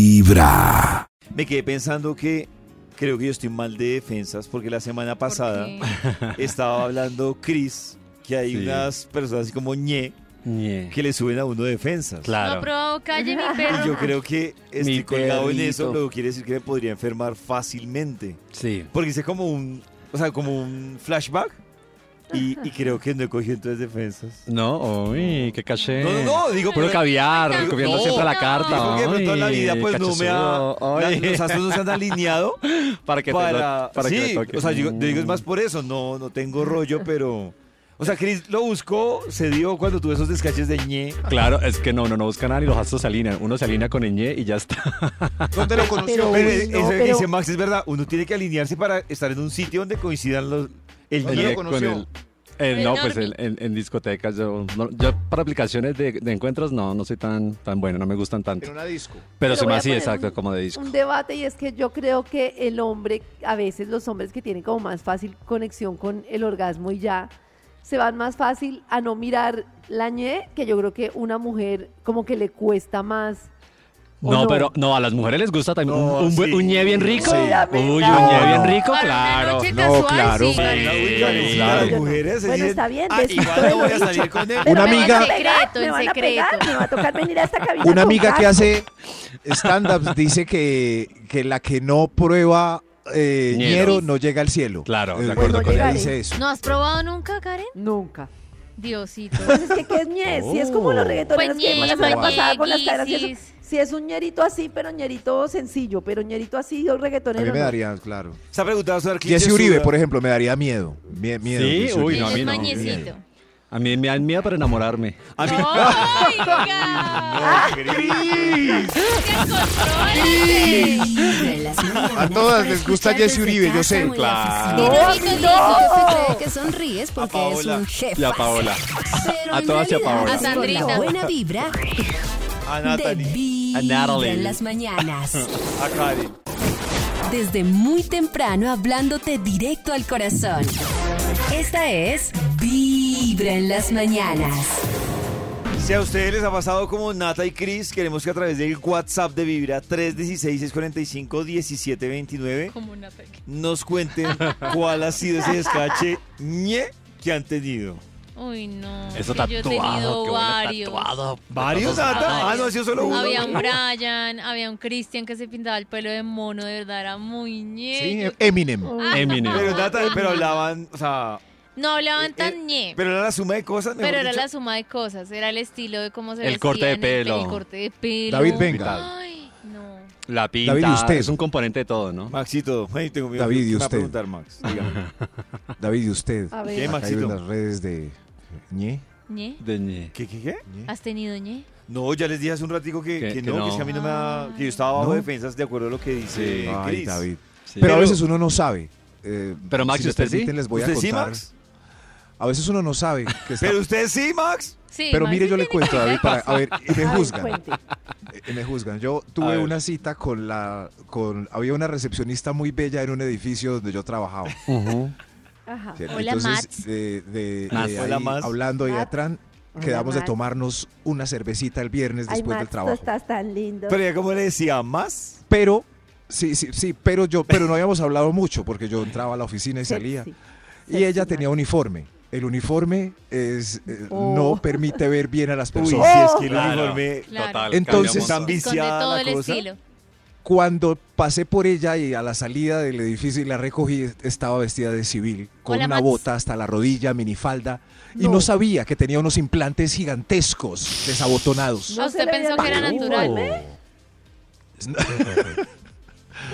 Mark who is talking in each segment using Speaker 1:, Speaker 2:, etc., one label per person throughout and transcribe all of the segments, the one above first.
Speaker 1: Vibra.
Speaker 2: Me quedé pensando que creo que yo estoy mal de defensas porque la semana pasada estaba hablando Chris que hay
Speaker 3: Sí.
Speaker 2: unas personas así como ñe
Speaker 3: Ñe.
Speaker 2: que le suben a uno defensas.
Speaker 3: Claro.
Speaker 4: No, pero calle mi
Speaker 2: Y
Speaker 4: perro.
Speaker 2: yo creo que estoy
Speaker 3: Mi
Speaker 2: colgado en eso,
Speaker 3: perrito.
Speaker 2: lo que quiere decir que me podría enfermar fácilmente.
Speaker 3: Sí.
Speaker 2: Porque hice como un, o sea, como un flashback y, y creo que no he cogido entonces defensas.
Speaker 3: No, uy, qué caché.
Speaker 2: No, no, no, digo,
Speaker 3: Puro
Speaker 2: pero-
Speaker 3: caviar,
Speaker 4: No.
Speaker 3: comiendo siempre la carta.
Speaker 2: Digo que de pronto en la
Speaker 3: ay,
Speaker 2: vida pues no me ha...
Speaker 3: cachezudo, ay,
Speaker 2: la- los astros no se han alineado
Speaker 3: para que te
Speaker 2: para...
Speaker 3: lo- para que
Speaker 2: sí,
Speaker 3: te toque.
Speaker 2: o sea, yo, yo digo es más por eso, no, no tengo rollo, pero... O sea, Chris lo buscó, se dio cuando tuve esos descaches de ñe.
Speaker 3: Claro, es que no, no, no buscan nada y los astros se alinean. Uno se alinea con Ñe y ya está.
Speaker 2: ¿Dónde lo conoció?
Speaker 5: Pero,
Speaker 2: Pero,
Speaker 5: uy,
Speaker 2: eh,
Speaker 5: no,
Speaker 2: eso que
Speaker 5: pero-
Speaker 2: dice Max, es verdad, uno tiene que alinearse para estar en un sitio donde coincidan los... El
Speaker 5: ¿Dónde
Speaker 2: ñe.
Speaker 5: lo conoció?
Speaker 3: el- eh,
Speaker 4: El
Speaker 3: no, pues
Speaker 4: Normi.
Speaker 3: el- en, en discotecas, yo, no, yo para aplicaciones de, de encuentros no, no soy tan, tan bueno, no me gustan
Speaker 5: En
Speaker 3: tanto.
Speaker 5: una disco.
Speaker 3: Pero
Speaker 5: Te
Speaker 3: se
Speaker 5: voy
Speaker 3: me
Speaker 5: a
Speaker 3: así,
Speaker 5: poner
Speaker 3: exacto,
Speaker 5: un-
Speaker 3: como de disco.
Speaker 5: Un debate y es que yo creo que el hombre, a veces los hombres que tienen como más fácil conexión con el orgasmo y ya, se van más fácil a no mirar la ñe, que yo creo que una mujer como que le cuesta más. ¿o
Speaker 3: No, pero no, a las mujeres les gusta también.
Speaker 2: No,
Speaker 3: un, un, buen-
Speaker 2: sí.
Speaker 3: un ñe bien rico.
Speaker 5: Uy, a mí
Speaker 3: Uy,
Speaker 5: no.
Speaker 3: un ñe bien rico,
Speaker 4: Para una
Speaker 3: claro.
Speaker 4: noche casual, sí.
Speaker 3: Sí,
Speaker 2: Claro,
Speaker 3: claro.
Speaker 2: Las mujeres se
Speaker 5: Bueno,
Speaker 2: dicen,
Speaker 5: está bien,
Speaker 2: "Ah,
Speaker 5: besito
Speaker 2: igual
Speaker 5: de
Speaker 2: no voy a
Speaker 5: lobito".
Speaker 2: salir con él.
Speaker 5: Pero
Speaker 6: Una
Speaker 5: me van a
Speaker 4: En
Speaker 5: pegar,
Speaker 6: amiga-
Speaker 4: secreto, en
Speaker 5: me van a
Speaker 4: secreto.
Speaker 5: pegar, me va a tocar venir a esta cabina.
Speaker 6: Una
Speaker 5: con
Speaker 6: amiga que
Speaker 5: gato.
Speaker 6: hace stand-ups dice que, que la que no prueba eh,
Speaker 3: Ñero.
Speaker 6: ñero no llega al cielo. Eh,
Speaker 3: Claro, de
Speaker 6: de
Speaker 3: acuerdo
Speaker 6: acuerdo
Speaker 3: con
Speaker 6: con ella
Speaker 3: él.
Speaker 6: dice eso.
Speaker 4: ¿No has probado nunca, Karen?
Speaker 5: Nunca.
Speaker 4: Diosito.
Speaker 5: Pues es que ¿qué es ñe? Si es como los reggaetoneros que vimos la semana
Speaker 4: Pues ñe,
Speaker 5: pasada con las caras y eso.
Speaker 4: ñeguisis.
Speaker 5: Si es un ñerito así, pero ñerito sencillo, pero ñerito así o
Speaker 6: A mí
Speaker 5: reggaetonero.
Speaker 6: me
Speaker 5: no.
Speaker 6: daría, claro.
Speaker 2: Está preguntado sobre
Speaker 6: Jesse Uribe, por ejemplo, me daría miedo. Mie- miedo,
Speaker 3: Sí,
Speaker 6: Jesse
Speaker 3: uy,
Speaker 6: Uribe.
Speaker 3: no, a
Speaker 4: Él
Speaker 3: mí
Speaker 4: es
Speaker 3: no.
Speaker 4: mañecito.
Speaker 3: A mí me dan miedo para enamorarme.
Speaker 2: A mí,
Speaker 4: ¡Oiga! ¡Descontrólate!
Speaker 6: A todas les gusta Jesse Uribe, yo sé.
Speaker 3: Claro.
Speaker 5: No, a mí no.
Speaker 7: Se cree que sonríes porque
Speaker 2: A
Speaker 7: es
Speaker 2: Paola.
Speaker 7: un jefe.
Speaker 3: Y a Paola. A todas y a Paola.
Speaker 4: A Sandrita.
Speaker 7: buena vibra
Speaker 2: a
Speaker 7: de
Speaker 2: Natalie,
Speaker 7: vibra
Speaker 3: Natalie.
Speaker 7: en las mañanas.
Speaker 2: a Karen.
Speaker 7: Desde muy temprano hablándote directo al corazón. Esta es Vibra en las mañanas.
Speaker 2: Si a ustedes les ha pasado como Nata y Chris, queremos que a través del WhatsApp de Vibra 316-645-1729
Speaker 4: Como un ataque.
Speaker 2: nos cuenten cuál ha sido ese descache ñe que han tenido.
Speaker 4: Uy, no.
Speaker 3: Eso
Speaker 4: que yo he
Speaker 3: tatuado,
Speaker 4: tenido
Speaker 3: qué
Speaker 4: varios.
Speaker 3: bueno tatuado.
Speaker 2: ¿Varios, Nata? Ah, no, ha sido solo uno.
Speaker 4: Había un Brian, había un Christian que se pintaba el pelo de mono, de verdad era muy
Speaker 6: Sí,
Speaker 4: ñe. Yo-
Speaker 6: Eminem.
Speaker 3: Eminem.
Speaker 2: Pero Nata, pero hablaban, o sea...
Speaker 4: No hablaban
Speaker 2: eh, eh,
Speaker 4: tan ñe.
Speaker 2: Pero era la suma de cosas, mejor
Speaker 4: Pero era
Speaker 2: dicho.
Speaker 4: la suma de cosas, era el estilo de cómo se
Speaker 3: El
Speaker 4: vestían,
Speaker 3: corte de
Speaker 4: el
Speaker 3: pelo.
Speaker 4: El corte de pelo.
Speaker 6: David, venga.
Speaker 4: Ay, no.
Speaker 3: La pinta
Speaker 6: David, usted.
Speaker 3: es un componente de todo, ¿no?
Speaker 2: Maxito, ay, tengo miedo.
Speaker 6: David, ¿y
Speaker 2: Me va a
Speaker 6: usted?
Speaker 2: preguntar, Max. dígame.
Speaker 6: David, ¿y usted?
Speaker 5: A ver.
Speaker 2: ¿Qué,
Speaker 6: ¿Ha
Speaker 2: Maxito?
Speaker 6: caído en las redes de ñe?
Speaker 4: ¿Ñe?
Speaker 3: De ñe.
Speaker 2: ¿Qué, qué, qué?
Speaker 4: ¿Has tenido ñe?
Speaker 2: No, ya les dije hace un ratico que,
Speaker 3: Que-
Speaker 2: que
Speaker 3: que
Speaker 2: no, que
Speaker 3: no.
Speaker 2: es que a mí no me da- que yo estaba bajo defensas de acuerdo a lo que dice
Speaker 3: Sí.
Speaker 6: Ay,
Speaker 2: Chris.
Speaker 6: David.
Speaker 3: Sí.
Speaker 6: Pero a
Speaker 2: Pero-
Speaker 6: veces uno no sabe. Eh,
Speaker 3: Pero, Max,
Speaker 6: me
Speaker 3: ¿usted sí?
Speaker 6: permiten, les voy a
Speaker 2: ¿Usted sí,
Speaker 6: contar.
Speaker 2: Max?
Speaker 6: A veces uno no sabe que está
Speaker 2: Pero usted sí, Max.
Speaker 4: Sí.
Speaker 6: Pero
Speaker 4: Maxi
Speaker 6: mire, yo le
Speaker 4: tiene
Speaker 6: cuento, David, para, a ver, y me
Speaker 5: A ver,
Speaker 6: juzgan.
Speaker 5: cuente.
Speaker 6: eh, Me juzgan. Yo
Speaker 3: A
Speaker 6: tuve
Speaker 3: ver.
Speaker 6: una cita con la. con Había una recepcionista muy bella en un edificio donde yo trabajaba.
Speaker 3: Ujú.
Speaker 5: Ajá.
Speaker 4: Hola, Mats.
Speaker 6: Entonces, de, de-
Speaker 3: Mats.
Speaker 6: de
Speaker 2: Ah, Hola,
Speaker 6: ahí
Speaker 2: Mats.
Speaker 6: hablando y
Speaker 5: Mats.
Speaker 6: atrás,
Speaker 5: Hola,
Speaker 6: quedamos de
Speaker 5: Mats.
Speaker 6: tomarnos una cervecita el viernes
Speaker 5: Ay,
Speaker 6: después del
Speaker 5: Max, tú
Speaker 6: trabajo.
Speaker 5: estás tan lindo.
Speaker 2: Pero ya como le decía, ¿más?
Speaker 6: Pero, sí, sí, sí, pero yo, pero no habíamos hablado mucho porque yo entraba a la oficina y
Speaker 5: Sexy.
Speaker 6: salía.
Speaker 5: Sexy,
Speaker 6: Y ella
Speaker 5: Max.
Speaker 6: tenía uniforme. El uniforme es, eh,
Speaker 5: Oh.
Speaker 6: no permite ver bien a las
Speaker 2: Uy,
Speaker 6: personas.
Speaker 2: si es que el
Speaker 3: Oh. Claro.
Speaker 2: uniforme...
Speaker 4: Claro.
Speaker 3: Total, cambiamos.
Speaker 6: Entonces,
Speaker 2: Está
Speaker 4: Esconde
Speaker 2: viciada
Speaker 4: todo
Speaker 2: la
Speaker 4: el
Speaker 2: cosa.
Speaker 4: estilo.
Speaker 6: Cuando pasé por ella y a la salida del edificio y la recogí, estaba vestida de civil, con
Speaker 4: Hola,
Speaker 6: una
Speaker 4: Max.
Speaker 6: bota hasta la rodilla, minifalda, y
Speaker 5: No.
Speaker 6: no sabía que tenía unos implantes gigantescos desabotonados.
Speaker 5: No
Speaker 4: Ah,
Speaker 5: se
Speaker 4: usted
Speaker 5: le
Speaker 4: pensó
Speaker 5: veía
Speaker 4: que era
Speaker 5: tan
Speaker 4: natural.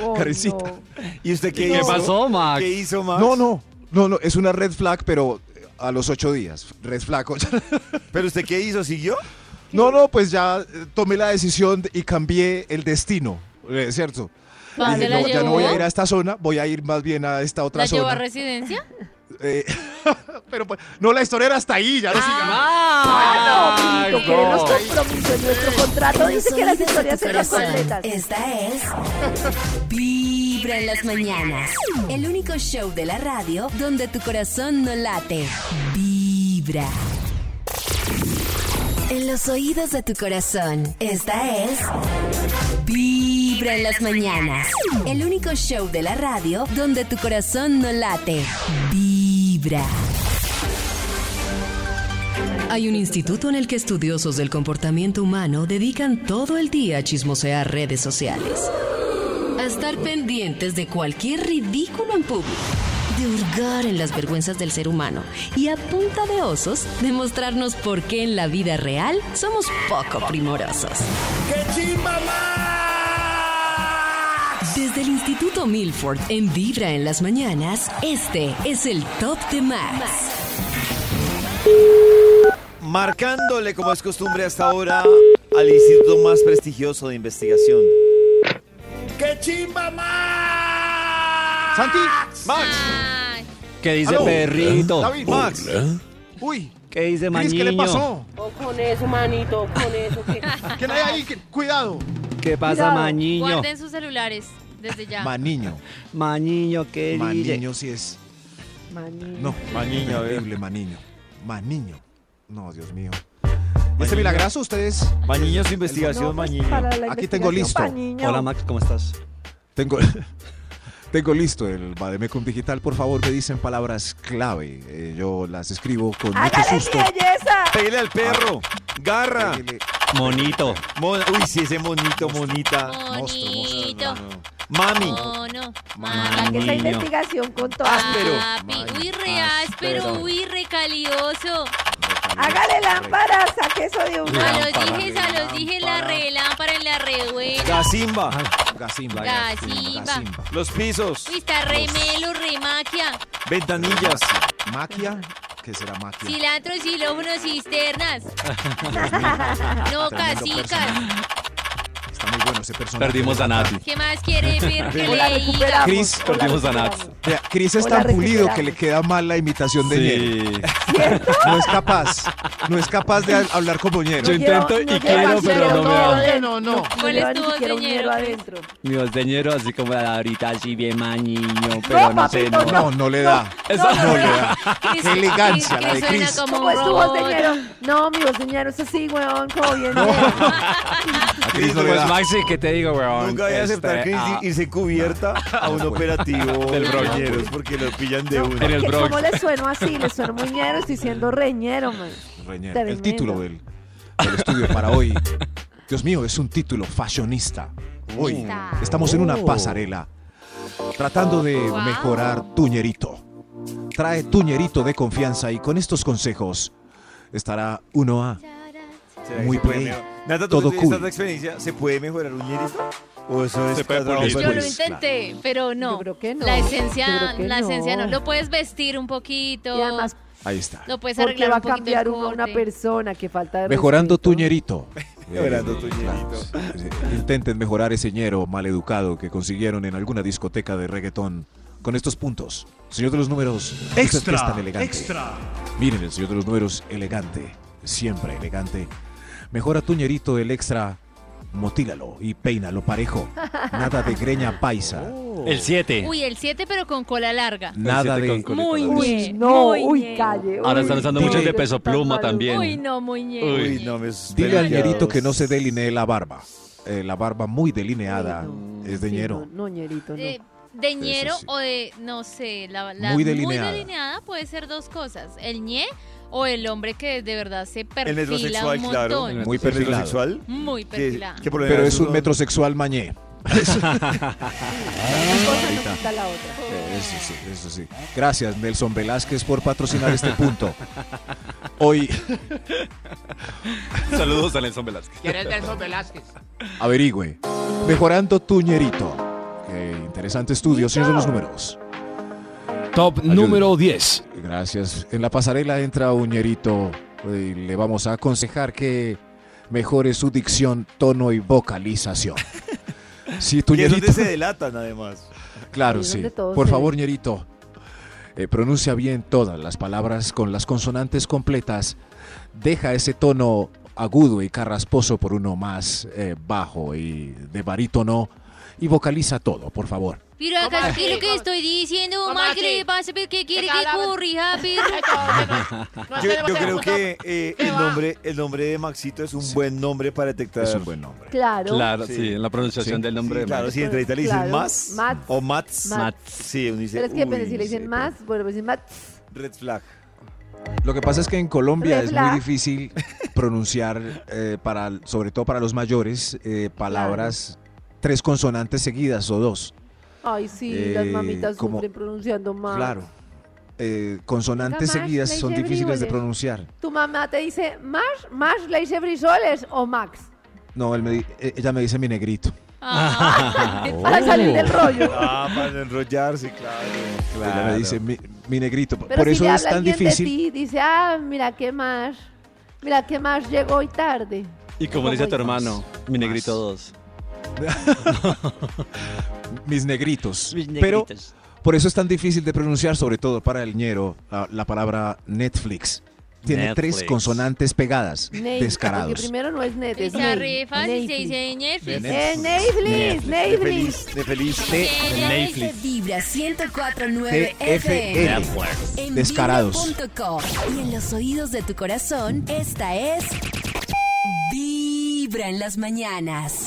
Speaker 5: Oh,
Speaker 6: Karencita.
Speaker 5: no.
Speaker 2: ¿Y usted qué
Speaker 3: ¿Qué
Speaker 2: hizo?
Speaker 3: pasó, Max?
Speaker 2: ¿Qué hizo, Max?
Speaker 6: No, no, no, no, es una red flag, pero eh, a los ocho días, red flag.
Speaker 2: ¿Pero usted qué hizo? ¿Siguió?
Speaker 6: No, no, pues ya eh, tomé la decisión y cambié el destino, eh, ¿cierto?
Speaker 4: ¿Para dónde
Speaker 6: Dije,
Speaker 4: la
Speaker 6: no, ya no
Speaker 4: llevó?
Speaker 6: voy a ir a esta zona, voy a ir más bien a esta otra
Speaker 4: ¿La llevó a
Speaker 6: zona.
Speaker 4: residencia?
Speaker 6: Eh, pero pues, no, la historia era hasta ahí, ya no siga.
Speaker 5: Ah, no,
Speaker 3: Max,
Speaker 5: Pinto, queremos
Speaker 3: no.
Speaker 5: compromiso. Nuestro contrato dice que las historias se las completas.
Speaker 7: Esta es Vibra en las mañanas. El único show de la radio donde tu corazón no late. Vibra. En los oídos de tu corazón. Esta es Vibra. Vibra en las mañanas. El único show de la radio donde tu corazón no late. Vibra.
Speaker 1: Hay un instituto en el que estudiosos del comportamiento humano dedican todo el día a chismosear redes sociales. A estar pendientes de cualquier ridículo en público. De hurgar en las vergüenzas del ser humano. Y a punta de osos, demostrarnos por qué en la vida real somos poco primorosos. Desde el Instituto Milford, en Vibra en las Mañanas, este es el Top de Max.
Speaker 2: Marcándole, como es costumbre hasta ahora, al instituto más prestigioso de investigación.
Speaker 8: ¡Qué chimba más!
Speaker 6: Santi, Max,
Speaker 4: Ay,
Speaker 3: ¿Qué dice
Speaker 6: Aló.
Speaker 3: perrito?
Speaker 6: David, Max. Uy,
Speaker 3: ¿Qué dice
Speaker 6: Cris,
Speaker 3: mañiño?
Speaker 6: ¿qué le pasó?
Speaker 9: Oh, con eso, manito, con eso. Que...
Speaker 6: ¿Quién hay ahí? ¿Qué- Cuidado.
Speaker 3: ¿Qué pasa,
Speaker 5: Cuidado.
Speaker 3: mañiño?
Speaker 4: guarden sus celulares desde ya.
Speaker 6: Maniño.
Speaker 3: Mañiño, ¿qué dice?
Speaker 6: Maniño sí es. No, maniño, horrible, maniño. Maniño. No, Dios mío. ¿Y este milagrazo ustedes?
Speaker 2: Mañiño, su
Speaker 5: pues,
Speaker 2: investigación, Mañiño.
Speaker 6: Aquí tengo listo.
Speaker 3: Hola, Max, ¿cómo estás?
Speaker 6: Tengo, tengo listo el Bademecum Digital. Por favor, me dicen palabras clave. Eh, yo las escribo con mucho
Speaker 5: ¡Hágale
Speaker 6: susto.
Speaker 5: belleza!
Speaker 2: Pégale al perro.
Speaker 3: Ah.
Speaker 2: Garra.
Speaker 6: Pégale.
Speaker 3: Monito.
Speaker 2: Mona. Uy, sí, ese monito, monita.
Speaker 4: Bonito.
Speaker 2: Mami.
Speaker 4: Mono.
Speaker 5: Que
Speaker 4: Mami.
Speaker 5: esa
Speaker 3: Niño.
Speaker 5: investigación con todo.
Speaker 3: Ah,
Speaker 2: Áspero.
Speaker 4: Papi, uy, re áspero, uy, re calioso.
Speaker 5: Hágale lámpara, saque eso de un
Speaker 4: A los
Speaker 3: Lámpara,
Speaker 4: dije, a los dije, la re lámpara en la re buena.
Speaker 2: Gazimba.
Speaker 6: Gasimba.
Speaker 4: Gasimba.
Speaker 6: Gasimba.
Speaker 2: Los pisos.
Speaker 4: Uy, está re melo, re maquia.
Speaker 2: Ventanillas.
Speaker 6: Maquia. ¿Qué será maquia?
Speaker 4: Cilantro, xilófono, cisternas. No,
Speaker 6: Tremendo
Speaker 4: casicas.
Speaker 6: Está muy bueno ese personaje.
Speaker 3: Perdimos a Nati.
Speaker 4: ¿Qué más quiere ver que
Speaker 5: Hola,
Speaker 4: le diga?
Speaker 5: recuperamos.
Speaker 3: Cris,
Speaker 5: hola,
Speaker 3: perdimos a Nat.
Speaker 5: recuperamos.
Speaker 6: Vea, Cris es
Speaker 5: Hola,
Speaker 6: tan pulido
Speaker 5: recuperamos.
Speaker 6: que le queda mal la imitación de Ñero.
Speaker 3: Sí.
Speaker 6: No es capaz. No es capaz de ha- hablar como
Speaker 3: Yo
Speaker 6: Ñero.
Speaker 3: intento y quiero, pero no me da.
Speaker 5: No, no.
Speaker 4: ¿Cuál
Speaker 5: lleva
Speaker 4: es tu
Speaker 5: ni
Speaker 4: voz
Speaker 5: siquiera
Speaker 4: de
Speaker 5: un
Speaker 4: ñero,
Speaker 5: ñero
Speaker 4: Cris?
Speaker 5: adentro.
Speaker 3: Mi voceñero así como ahorita así bien mañiño, pero no, sé,
Speaker 5: papito,
Speaker 3: no.
Speaker 6: No, no le da.
Speaker 3: Eso
Speaker 6: no, le da.
Speaker 4: Cris-
Speaker 6: Qué elegancia
Speaker 4: Cris-
Speaker 6: la de
Speaker 4: Cris suena
Speaker 6: Cris.
Speaker 4: como
Speaker 5: ¿Cómo
Speaker 4: un
Speaker 5: es tu voz de
Speaker 4: robot.
Speaker 5: ñero? No, mi voz de ñero es así, weón, como bien.
Speaker 6: A Cris no le
Speaker 3: Pues
Speaker 6: da.
Speaker 3: Maxi, ¿qué te digo, weón?
Speaker 2: Nunca voy a aceptar
Speaker 3: Este,
Speaker 2: Cris
Speaker 3: ah,
Speaker 2: irse cubierta a un operativo
Speaker 3: Del
Speaker 2: de
Speaker 3: Bronx.
Speaker 2: compañeros porque lo pillan de una.
Speaker 3: En el
Speaker 5: Que
Speaker 3: Bronx.
Speaker 5: ¿Cómo le sueno así? Le sueno muy ñero, estoy siendo reñero, man.
Speaker 6: Reñero. El
Speaker 5: Tremendo.
Speaker 6: título del, del estudio para hoy. Dios mío, es un título fashionista. Hoy estamos en una pasarela tratando de
Speaker 4: Wow.
Speaker 6: mejorar tuñerito. Trae tuñerito de confianza y con estos consejos estará uno a
Speaker 2: ¿Será que
Speaker 6: Muy
Speaker 2: se puede
Speaker 6: play.
Speaker 2: mejorar? Nata, ¿tú que
Speaker 6: Todo
Speaker 2: tienes
Speaker 6: cool.
Speaker 2: tanta experiencia, ¿se puede mejorar un iris? ¿O eso es
Speaker 3: Se puede
Speaker 2: cada
Speaker 3: pulir.
Speaker 2: vez
Speaker 4: Yo lo
Speaker 6: Pues,
Speaker 4: intenté, pero no.
Speaker 5: Yo creo que no.
Speaker 4: La esencia,
Speaker 5: Yo creo que
Speaker 4: la esencia no.
Speaker 5: no.
Speaker 4: Lo puedes vestir un poquito.
Speaker 5: Y además,
Speaker 6: Ahí está.
Speaker 4: lo puedes
Speaker 5: porque
Speaker 4: arreglar
Speaker 5: va a
Speaker 4: un poquito el
Speaker 5: cambiar uno a una
Speaker 4: corte.
Speaker 5: persona que falta de
Speaker 6: Mejorando
Speaker 5: respeto.
Speaker 6: tuñerito. Eh,
Speaker 2: Mejorando tu
Speaker 6: claro,
Speaker 2: ñerito.
Speaker 6: sí, sí. Intenten mejorar ese ñero maleducado que consiguieron en alguna discoteca de reggaetón con estos puntos. Señor de los números, usted que es tan elegante. Miren, el señor de los números, elegante, siempre elegante. Mejora tu ñerito el extra, motílalo y peínalo parejo. Nada de greña paisa,
Speaker 5: Oh,
Speaker 3: El 7.
Speaker 4: Uy, el 7, pero con cola larga.
Speaker 6: nada
Speaker 3: siete
Speaker 6: de...
Speaker 3: con-
Speaker 4: Muy
Speaker 3: Uy,
Speaker 5: Uy,
Speaker 4: bien.
Speaker 5: no,
Speaker 4: muy
Speaker 5: uy,
Speaker 4: bien.
Speaker 5: calle.
Speaker 3: Ahora
Speaker 5: uy,
Speaker 3: están usando
Speaker 5: dile.
Speaker 3: muchos de
Speaker 5: Está
Speaker 3: peso pluma
Speaker 5: maluco.
Speaker 3: también.
Speaker 4: Uy, no, muy ñero.
Speaker 3: Uy,
Speaker 2: Uy, no me
Speaker 6: Dile al
Speaker 2: Pero-
Speaker 6: ñerito que no se delinee la barba. Eh, la barba muy delineada
Speaker 5: no,
Speaker 6: es de
Speaker 5: sí,
Speaker 6: ñero.
Speaker 5: No, no, ñerito, no.
Speaker 4: De, de ñero
Speaker 6: sí.
Speaker 4: o de, no sé, la, la
Speaker 6: Muy delineada.
Speaker 4: delineada puede ser dos cosas. El ñe o el hombre que de verdad se
Speaker 2: El
Speaker 4: perfila
Speaker 2: metrosexual,
Speaker 4: un
Speaker 2: claro.
Speaker 4: montón.
Speaker 6: Muy
Speaker 2: El
Speaker 6: perfilado.
Speaker 2: metrosexual.
Speaker 4: Muy perfilado.
Speaker 2: ¿Qué problema
Speaker 6: Pero es un
Speaker 2: uno?
Speaker 6: metrosexual mañé. Ah,
Speaker 5: Una cosa no quita la otra.
Speaker 6: Eso sí, eso sí. Gracias, Nelson Velázquez, por patrocinar este punto. Hoy
Speaker 3: Saludos a Nelson Velázquez.
Speaker 9: ¿Quieres Nelson Velázquez?
Speaker 6: averigüe. Mejorando tuñerito. Qué interesante estudio, señor de los números.
Speaker 8: Top número 10.
Speaker 6: Gracias. En la pasarela entra Uñerito y le vamos a aconsejar que mejore su dicción, tono y vocalización. Sí,
Speaker 2: Que es
Speaker 6: Tuñerito.
Speaker 2: donde se delatan, además.
Speaker 6: Claro,
Speaker 5: Es
Speaker 6: sí.
Speaker 5: donde todo
Speaker 6: Por
Speaker 5: se
Speaker 6: favor, ñerito, eh, pronuncia bien todas las palabras con las consonantes completas. Deja ese tono agudo y carrasposo por uno más eh, bajo y de barítono. y vocaliza todo, por favor.
Speaker 4: Pero acá es lo que estoy diciendo, mal que le pasa, pero que quiere que corrija, pero...
Speaker 2: Yo, yo creo que eh, el, nombre, el nombre de Maxito es un buen nombre para detectar.
Speaker 6: Es un buen nombre.
Speaker 5: Claro.
Speaker 3: Claro, sí, en la pronunciación
Speaker 2: Sí,
Speaker 3: del nombre.
Speaker 2: sí,
Speaker 3: de
Speaker 2: claro,
Speaker 3: Max.
Speaker 2: si entre ahorita le dicen
Speaker 5: Claro,
Speaker 2: más
Speaker 5: Mats.
Speaker 2: o Mats.
Speaker 5: Mats.
Speaker 2: Sí, uno dice.
Speaker 5: Pero es que
Speaker 2: "Uy,
Speaker 5: depende si le
Speaker 2: sí,
Speaker 5: dicen más, bueno, pues dicen más.
Speaker 2: Red flag.
Speaker 6: Lo que pasa es que en Colombia es muy
Speaker 5: Refla.
Speaker 6: difícil pronunciar, eh, para, sobre todo para los mayores, eh, palabras tres consonantes seguidas o dos.
Speaker 5: Ay, sí,
Speaker 6: Eh,
Speaker 5: las mamitas
Speaker 6: como-
Speaker 5: sufren pronunciando más.
Speaker 6: Claro. Eh, consonantes
Speaker 5: Oiga, Max,
Speaker 6: seguidas
Speaker 5: le
Speaker 6: son
Speaker 5: hice
Speaker 6: difíciles de
Speaker 5: frijoles.
Speaker 6: pronunciar.
Speaker 5: Tu mamá te dice, Marsh, Marsh, le hice frisoles o Max.
Speaker 6: No, él me di- eh, ella me dice mi negrito.
Speaker 4: Ah.
Speaker 6: Oh.
Speaker 5: Para salir del rollo.
Speaker 2: Ah, para enrollarse, claro.
Speaker 6: Ella me dice mi, mi negrito.
Speaker 5: Pero
Speaker 6: Por
Speaker 5: si
Speaker 6: eso
Speaker 5: le
Speaker 6: es
Speaker 5: habla
Speaker 6: tan
Speaker 5: alguien
Speaker 6: difícil.
Speaker 5: de ti, dice, ah, mira qué Marsh, mira qué Marsh llegó hoy tarde.
Speaker 3: Y como dice tu hermano, mi negrito 2.
Speaker 6: mis negritos. Pero por eso es tan difícil de pronunciar, sobre todo para el ñero, la, la palabra Netflix. Tiene tres
Speaker 3: Netflix.
Speaker 6: consonantes pegadas,
Speaker 5: Nate, Porque
Speaker 6: descarados.
Speaker 5: primero no es net, es
Speaker 4: Se
Speaker 5: Nate,
Speaker 4: rifa si se
Speaker 5: Nately.
Speaker 4: dice Netflix.
Speaker 5: Eh, Nately,
Speaker 2: De
Speaker 5: Nately.
Speaker 2: feliz, de feliz.
Speaker 7: Través de Vibra 1049 FM.
Speaker 6: TFL.
Speaker 7: En
Speaker 6: Descarados.
Speaker 7: vibra.co. Y en los oídos de tu corazón, esta es Vibra en las mañanas.